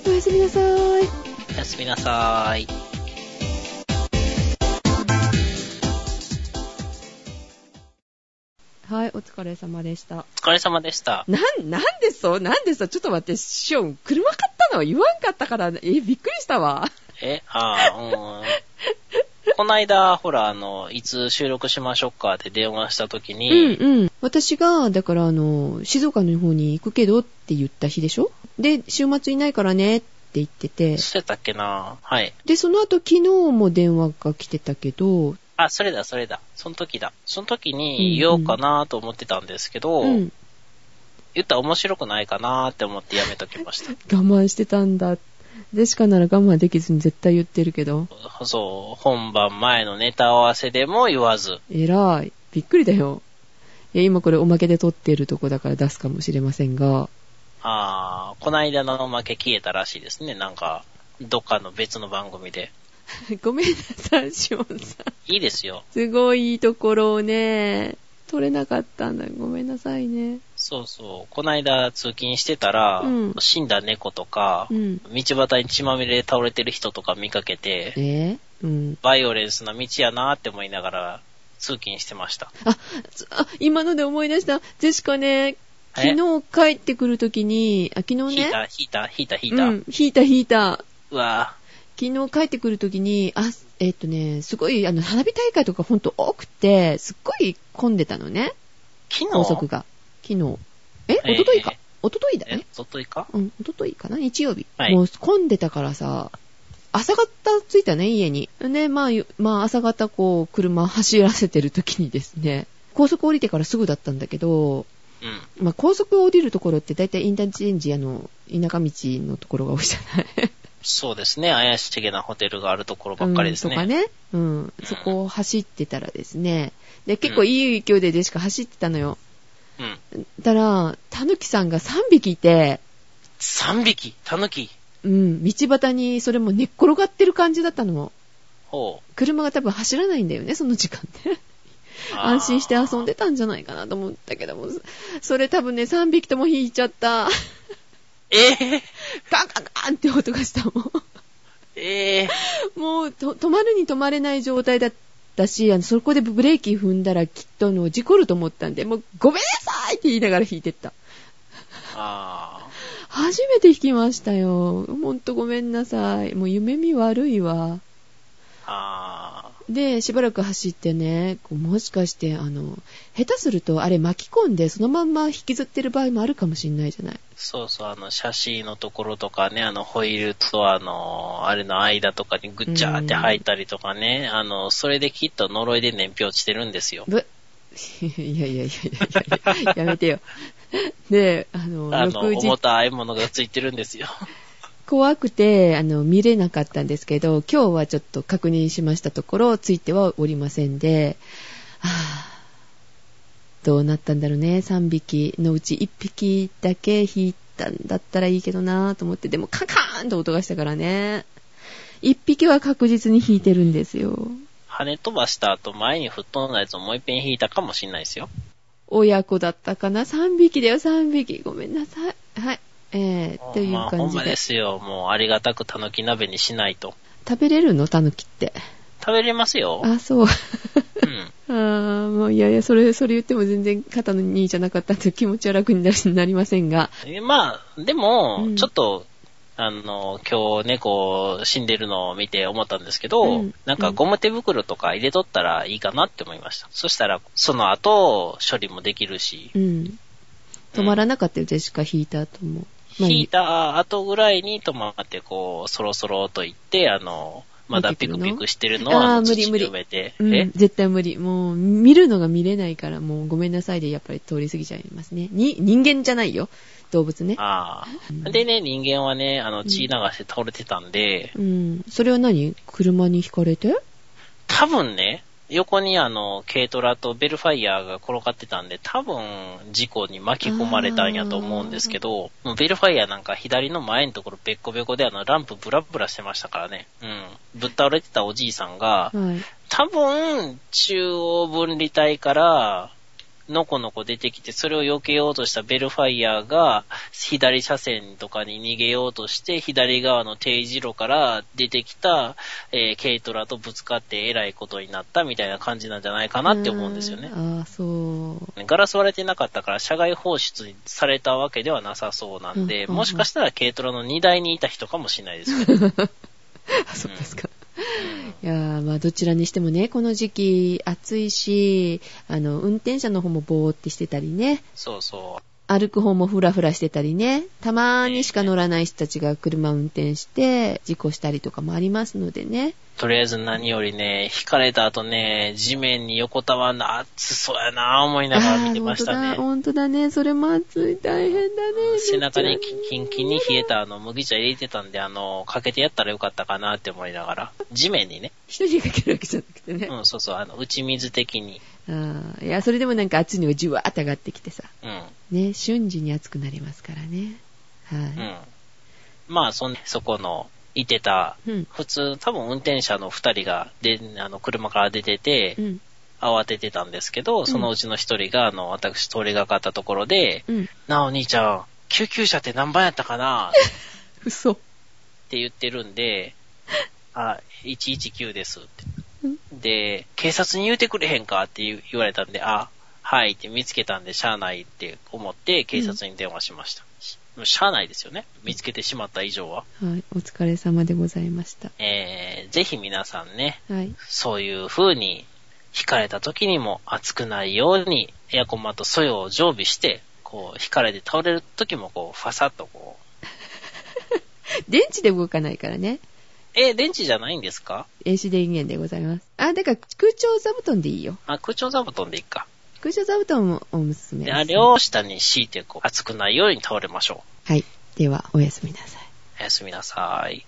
[SPEAKER 1] おやすみなさい
[SPEAKER 2] おやすみなさーい。
[SPEAKER 1] はいお疲れ様でした
[SPEAKER 2] お疲れ様でした。
[SPEAKER 1] なんなんでそうなんでさちょっと待ってシオン車買ったの言わんかったからえびっくりしたわ
[SPEAKER 2] え、ああ、うーん。こないだ、ほら、あの、いつ収録しましょうかって電話した時
[SPEAKER 1] う
[SPEAKER 2] に、
[SPEAKER 1] んうん。私が、だからあの、静岡の方に行くけどって言った日でしょで、週末いないからねって言ってて。
[SPEAKER 2] してたっけなはい。
[SPEAKER 1] で、その後昨日も電話が来てたけど、
[SPEAKER 2] あ、それだ、それだ。その時だ。その時
[SPEAKER 1] うんうん
[SPEAKER 2] に言おうかなと思ってたんですけど、
[SPEAKER 1] うん。
[SPEAKER 2] 言ったら面白くないかなって思ってやめときました。
[SPEAKER 1] 我慢してたんだ。でしかなら我慢できずに絶対言ってるけど。
[SPEAKER 2] そう、本番前のネタ合わせでも言わず。
[SPEAKER 1] 偉い。びっくりだよ。いや、今これおまけで撮ってるとこだから出すかもしれませんが。
[SPEAKER 2] あー、こないだの負け消えたらしいですね。なんか、どっかの別の番組で。
[SPEAKER 1] ごめんなさい、シオンさん。
[SPEAKER 2] いいですよ。
[SPEAKER 1] すごいいいところをね、撮れなかったんだ。ごめんなさいね。
[SPEAKER 2] そうそう。こないだ通勤してたら、
[SPEAKER 1] うん
[SPEAKER 2] 死んだ猫とか、
[SPEAKER 1] うん。
[SPEAKER 2] 道端に血まみれで倒れてる人とか見かけて、
[SPEAKER 1] えうん。
[SPEAKER 2] バイオレンスな道やなって思いながら通勤してました。
[SPEAKER 1] つあ、今ので思い出した。ジェシカね、
[SPEAKER 2] え
[SPEAKER 1] 昨日帰ってくるときに、あ、昨日
[SPEAKER 2] 引い
[SPEAKER 1] ね。
[SPEAKER 2] た、引いた、引いた、引いた。
[SPEAKER 1] う、
[SPEAKER 2] うん
[SPEAKER 1] 引いた引いた。
[SPEAKER 2] わ
[SPEAKER 1] 昨日帰ってくるときに、あ、えっとね、すごい、あの、花火大会とかほんと多くて、すっごい混んでたのね。
[SPEAKER 2] 昨日
[SPEAKER 1] 高速が。昨日。え
[SPEAKER 2] えー
[SPEAKER 1] 一昨日か。一昨日だ
[SPEAKER 2] え
[SPEAKER 1] ね。、
[SPEAKER 2] おとといか
[SPEAKER 1] うん、一昨日かな日曜日。
[SPEAKER 2] はい
[SPEAKER 1] もう混んでたからさ、朝方着いたね、家に。ね、まあ、ゆまあ、朝方こう、車走らせてる時にですね、高速降りてからすぐだったんだけど、
[SPEAKER 2] うん。
[SPEAKER 1] まあ、高速降りるところって大体インターチェンジ、あの、田舎道のところが多いじゃない
[SPEAKER 2] そうですね。怪しげなホテルがあると ころばっかりです
[SPEAKER 1] うんとか
[SPEAKER 2] ね。
[SPEAKER 1] ね。うん。そこを走ってたらですね。で、結構いい勢いででしか走ってたのよ。
[SPEAKER 2] うん。
[SPEAKER 1] たら、たぬきさんが3匹いて、
[SPEAKER 2] 3匹、タヌキ。
[SPEAKER 1] うん、道端にそれも寝っ転がってる感じだったの。
[SPEAKER 2] ほう。
[SPEAKER 1] 車が多分走らないんだよね、その時間で。
[SPEAKER 2] あー
[SPEAKER 1] 安心して遊んでたんじゃないかなと思ったけども、それ多分ね、3匹とも引いちゃった。
[SPEAKER 2] えー、
[SPEAKER 1] ガンガンガンって音がしたもん。
[SPEAKER 2] えー、
[SPEAKER 1] もうと、止まるに止まれない状態だったし、あの、そこでブレーキ踏んだらきっとあの事故ると思ったんで、もう、ごめんなさいって言いながら弾いてった。
[SPEAKER 2] あ
[SPEAKER 1] 初めて弾きましたよ。ほんとごめんなさい。もう夢見悪いわ。
[SPEAKER 2] ー、あ
[SPEAKER 1] で、しばらく走ってね、こうもしかして、あの、下手すると、あれ巻き込んで、そのまんま引きずってる場合もあるかもしんないじゃない。
[SPEAKER 2] ー、そうそう、あの、写真のところとかね、あの、ホイールとあの、あれの間とかにぐっちゃーって入ったりとかね、あの、それできっと呪いで燃費落ちてるんですよ。
[SPEAKER 1] ぶ、 いやいやいやいやいや、やめてよ。で、あの、
[SPEAKER 2] あの、
[SPEAKER 1] 翌日
[SPEAKER 2] 重たいものがついてるんですよ。
[SPEAKER 1] 怖くて、あの、見れなかったんですけど、今日はちょっと確認しましたところ、ついてはおりませんで、はぁ、どうなったんだろうね。3匹のうち1匹だけ引いたんだったらいいけどなぁと思って、でもカンカーンと音がしたからね。1匹は確実に引いてるんですよ。
[SPEAKER 2] 跳ね飛ばした後、前に吹っ飛んだやつをもう一遍引いたかもしんないですよ。
[SPEAKER 1] 親子だったかな ?3 匹だよ、3匹。ごめんなさい。はい。えー、という
[SPEAKER 2] まあ、ほ
[SPEAKER 1] 感
[SPEAKER 2] ん
[SPEAKER 1] じ
[SPEAKER 2] ま
[SPEAKER 1] で
[SPEAKER 2] で。すよ。もう、ありがたくたぬき鍋にしないと。
[SPEAKER 1] 食べれるのタヌキって。
[SPEAKER 2] 食べれますよ。
[SPEAKER 1] あ、そう。
[SPEAKER 2] うん。
[SPEAKER 1] あーもういやいや、それ、それ言っても全然肩の2位じゃなかったと気持ちは楽になりなりませんが。
[SPEAKER 2] えまあ、でも、
[SPEAKER 1] うん
[SPEAKER 2] ちょっと、あの、今日猫死んでるのを見て思ったんですけど、
[SPEAKER 1] うん
[SPEAKER 2] なんかゴム手袋とか入れとったらいいかなって思いました。そしたら、その後、処理もできるし
[SPEAKER 1] う、ん。止まらなかったよ、ジェシカ引いたと思う。まあいい
[SPEAKER 2] 引いた後ぐらいに止まって、こう、そろそろと言って、あの、まだピクピクしてるのを、あ
[SPEAKER 1] あー
[SPEAKER 2] の、
[SPEAKER 1] 無理
[SPEAKER 2] 土
[SPEAKER 1] 無
[SPEAKER 2] に
[SPEAKER 1] 理
[SPEAKER 2] 埋めて、
[SPEAKER 1] うん
[SPEAKER 2] え、
[SPEAKER 1] 絶対無理。もう、見るのが見れないから、もうごめんなさいで、やっぱり通り過ぎちゃいますね。に、人間じゃないよ。動物ね。
[SPEAKER 2] あ
[SPEAKER 1] うん
[SPEAKER 2] あ。でね、人間はね、あの、血流して倒れてたんで、
[SPEAKER 1] うん。それは何車に引かれて
[SPEAKER 2] 多分ね、横にあの、軽トラとベルファイアが転がってたんで、多分、事故に巻き込まれたんやと思うんですけど、もうベルファイアなんか左の前のところべっこべこであの、ランプブラブラしてましたからね。うん。ぶっ倒れてたおじいさんが、
[SPEAKER 1] はい。
[SPEAKER 2] 多分、中央分離帯から、のこのこ出てきて、それを避けようとしたベルファイアが、左車線とかに逃げようとして、左側の定時路から出てきた、えー軽トラとぶつかってえらいことになったみたいな感じなんじゃないかなって思うんですよね
[SPEAKER 1] あ。ーあー、そう。
[SPEAKER 2] ガラス割れてなかったから、車外放出されたわけではなさそうなん
[SPEAKER 1] うんうん
[SPEAKER 2] で、
[SPEAKER 1] うん
[SPEAKER 2] もしかしたら軽トラの荷台にいた人かもしれないですよね。
[SPEAKER 1] あ、そうですか。いやーまあどちらにしてもね、この時期暑いし、あの、運転者の方もぼーってしてたりね、
[SPEAKER 2] そうそう。
[SPEAKER 1] 歩く方もフラフラしてたりね、たまにしか乗らない人たちが車運転して事故したりとかもありますのでね。
[SPEAKER 2] とりあえず何よりね、引かれた後ね、地面に横たわんの暑そうやなぁ思いながら見てました
[SPEAKER 1] あー本当だ、
[SPEAKER 2] ね。
[SPEAKER 1] 本当だね。それも暑い、大変だね。
[SPEAKER 2] 背中に
[SPEAKER 1] どちら
[SPEAKER 2] キンキンに冷えたあの麦茶入れてたんで、あの、かけてやったらよかったかなって思いながら。地面にね。
[SPEAKER 1] 人にかけるわけじゃなくてね。
[SPEAKER 2] うん、そうそう、あの、打ち水的に。
[SPEAKER 1] あーいや、それでもなんか暑いのがじわーっと上がってきてさ。
[SPEAKER 2] うん、
[SPEAKER 1] ね、瞬時に暑くなりますからね。
[SPEAKER 2] う
[SPEAKER 1] は
[SPEAKER 2] ん。まあ、そん、そこの、いてた、
[SPEAKER 1] い。うん。
[SPEAKER 2] 普通、多分運転者の二人が、で、あの、車から出てて
[SPEAKER 1] う、ん。
[SPEAKER 2] 慌ててたんですけど、そのうちの一人が、あの、私通りがかったところで、
[SPEAKER 1] うん。
[SPEAKER 2] なあ、お兄ちゃん、救急車って何番やったかな
[SPEAKER 1] 嘘。
[SPEAKER 2] って言ってるんで、あ、119ですって
[SPEAKER 1] うん。
[SPEAKER 2] で、警察に言うてくれへんかって言う言われたんで、あ、はいって見つけたんで、しゃあないって思って、警察に電話しました。ししゃあないですよね。見つけてしまった以上は。
[SPEAKER 1] はい。お疲れ様でございました。
[SPEAKER 2] えー、ぜひ皆さんね、
[SPEAKER 1] はい。
[SPEAKER 2] そういう風に、惹かれた時にも熱くないように、エアコンマット素養を常備して、こう、惹かれて倒れる時も、こう、ファサッとこう、
[SPEAKER 1] 電池で動かないからね。
[SPEAKER 2] え、電池じゃないんですか
[SPEAKER 1] 電子電源でございます。あ、だから空調座布団でいいよ。
[SPEAKER 2] あ、空調座布団でいいか。
[SPEAKER 1] 空調座布団もおすすめで
[SPEAKER 2] で、
[SPEAKER 1] す、
[SPEAKER 2] あれを下に敷いて、こう、熱くないように倒れましょ
[SPEAKER 1] はい。では、おやすみなさい。
[SPEAKER 2] う。おやすみなさい。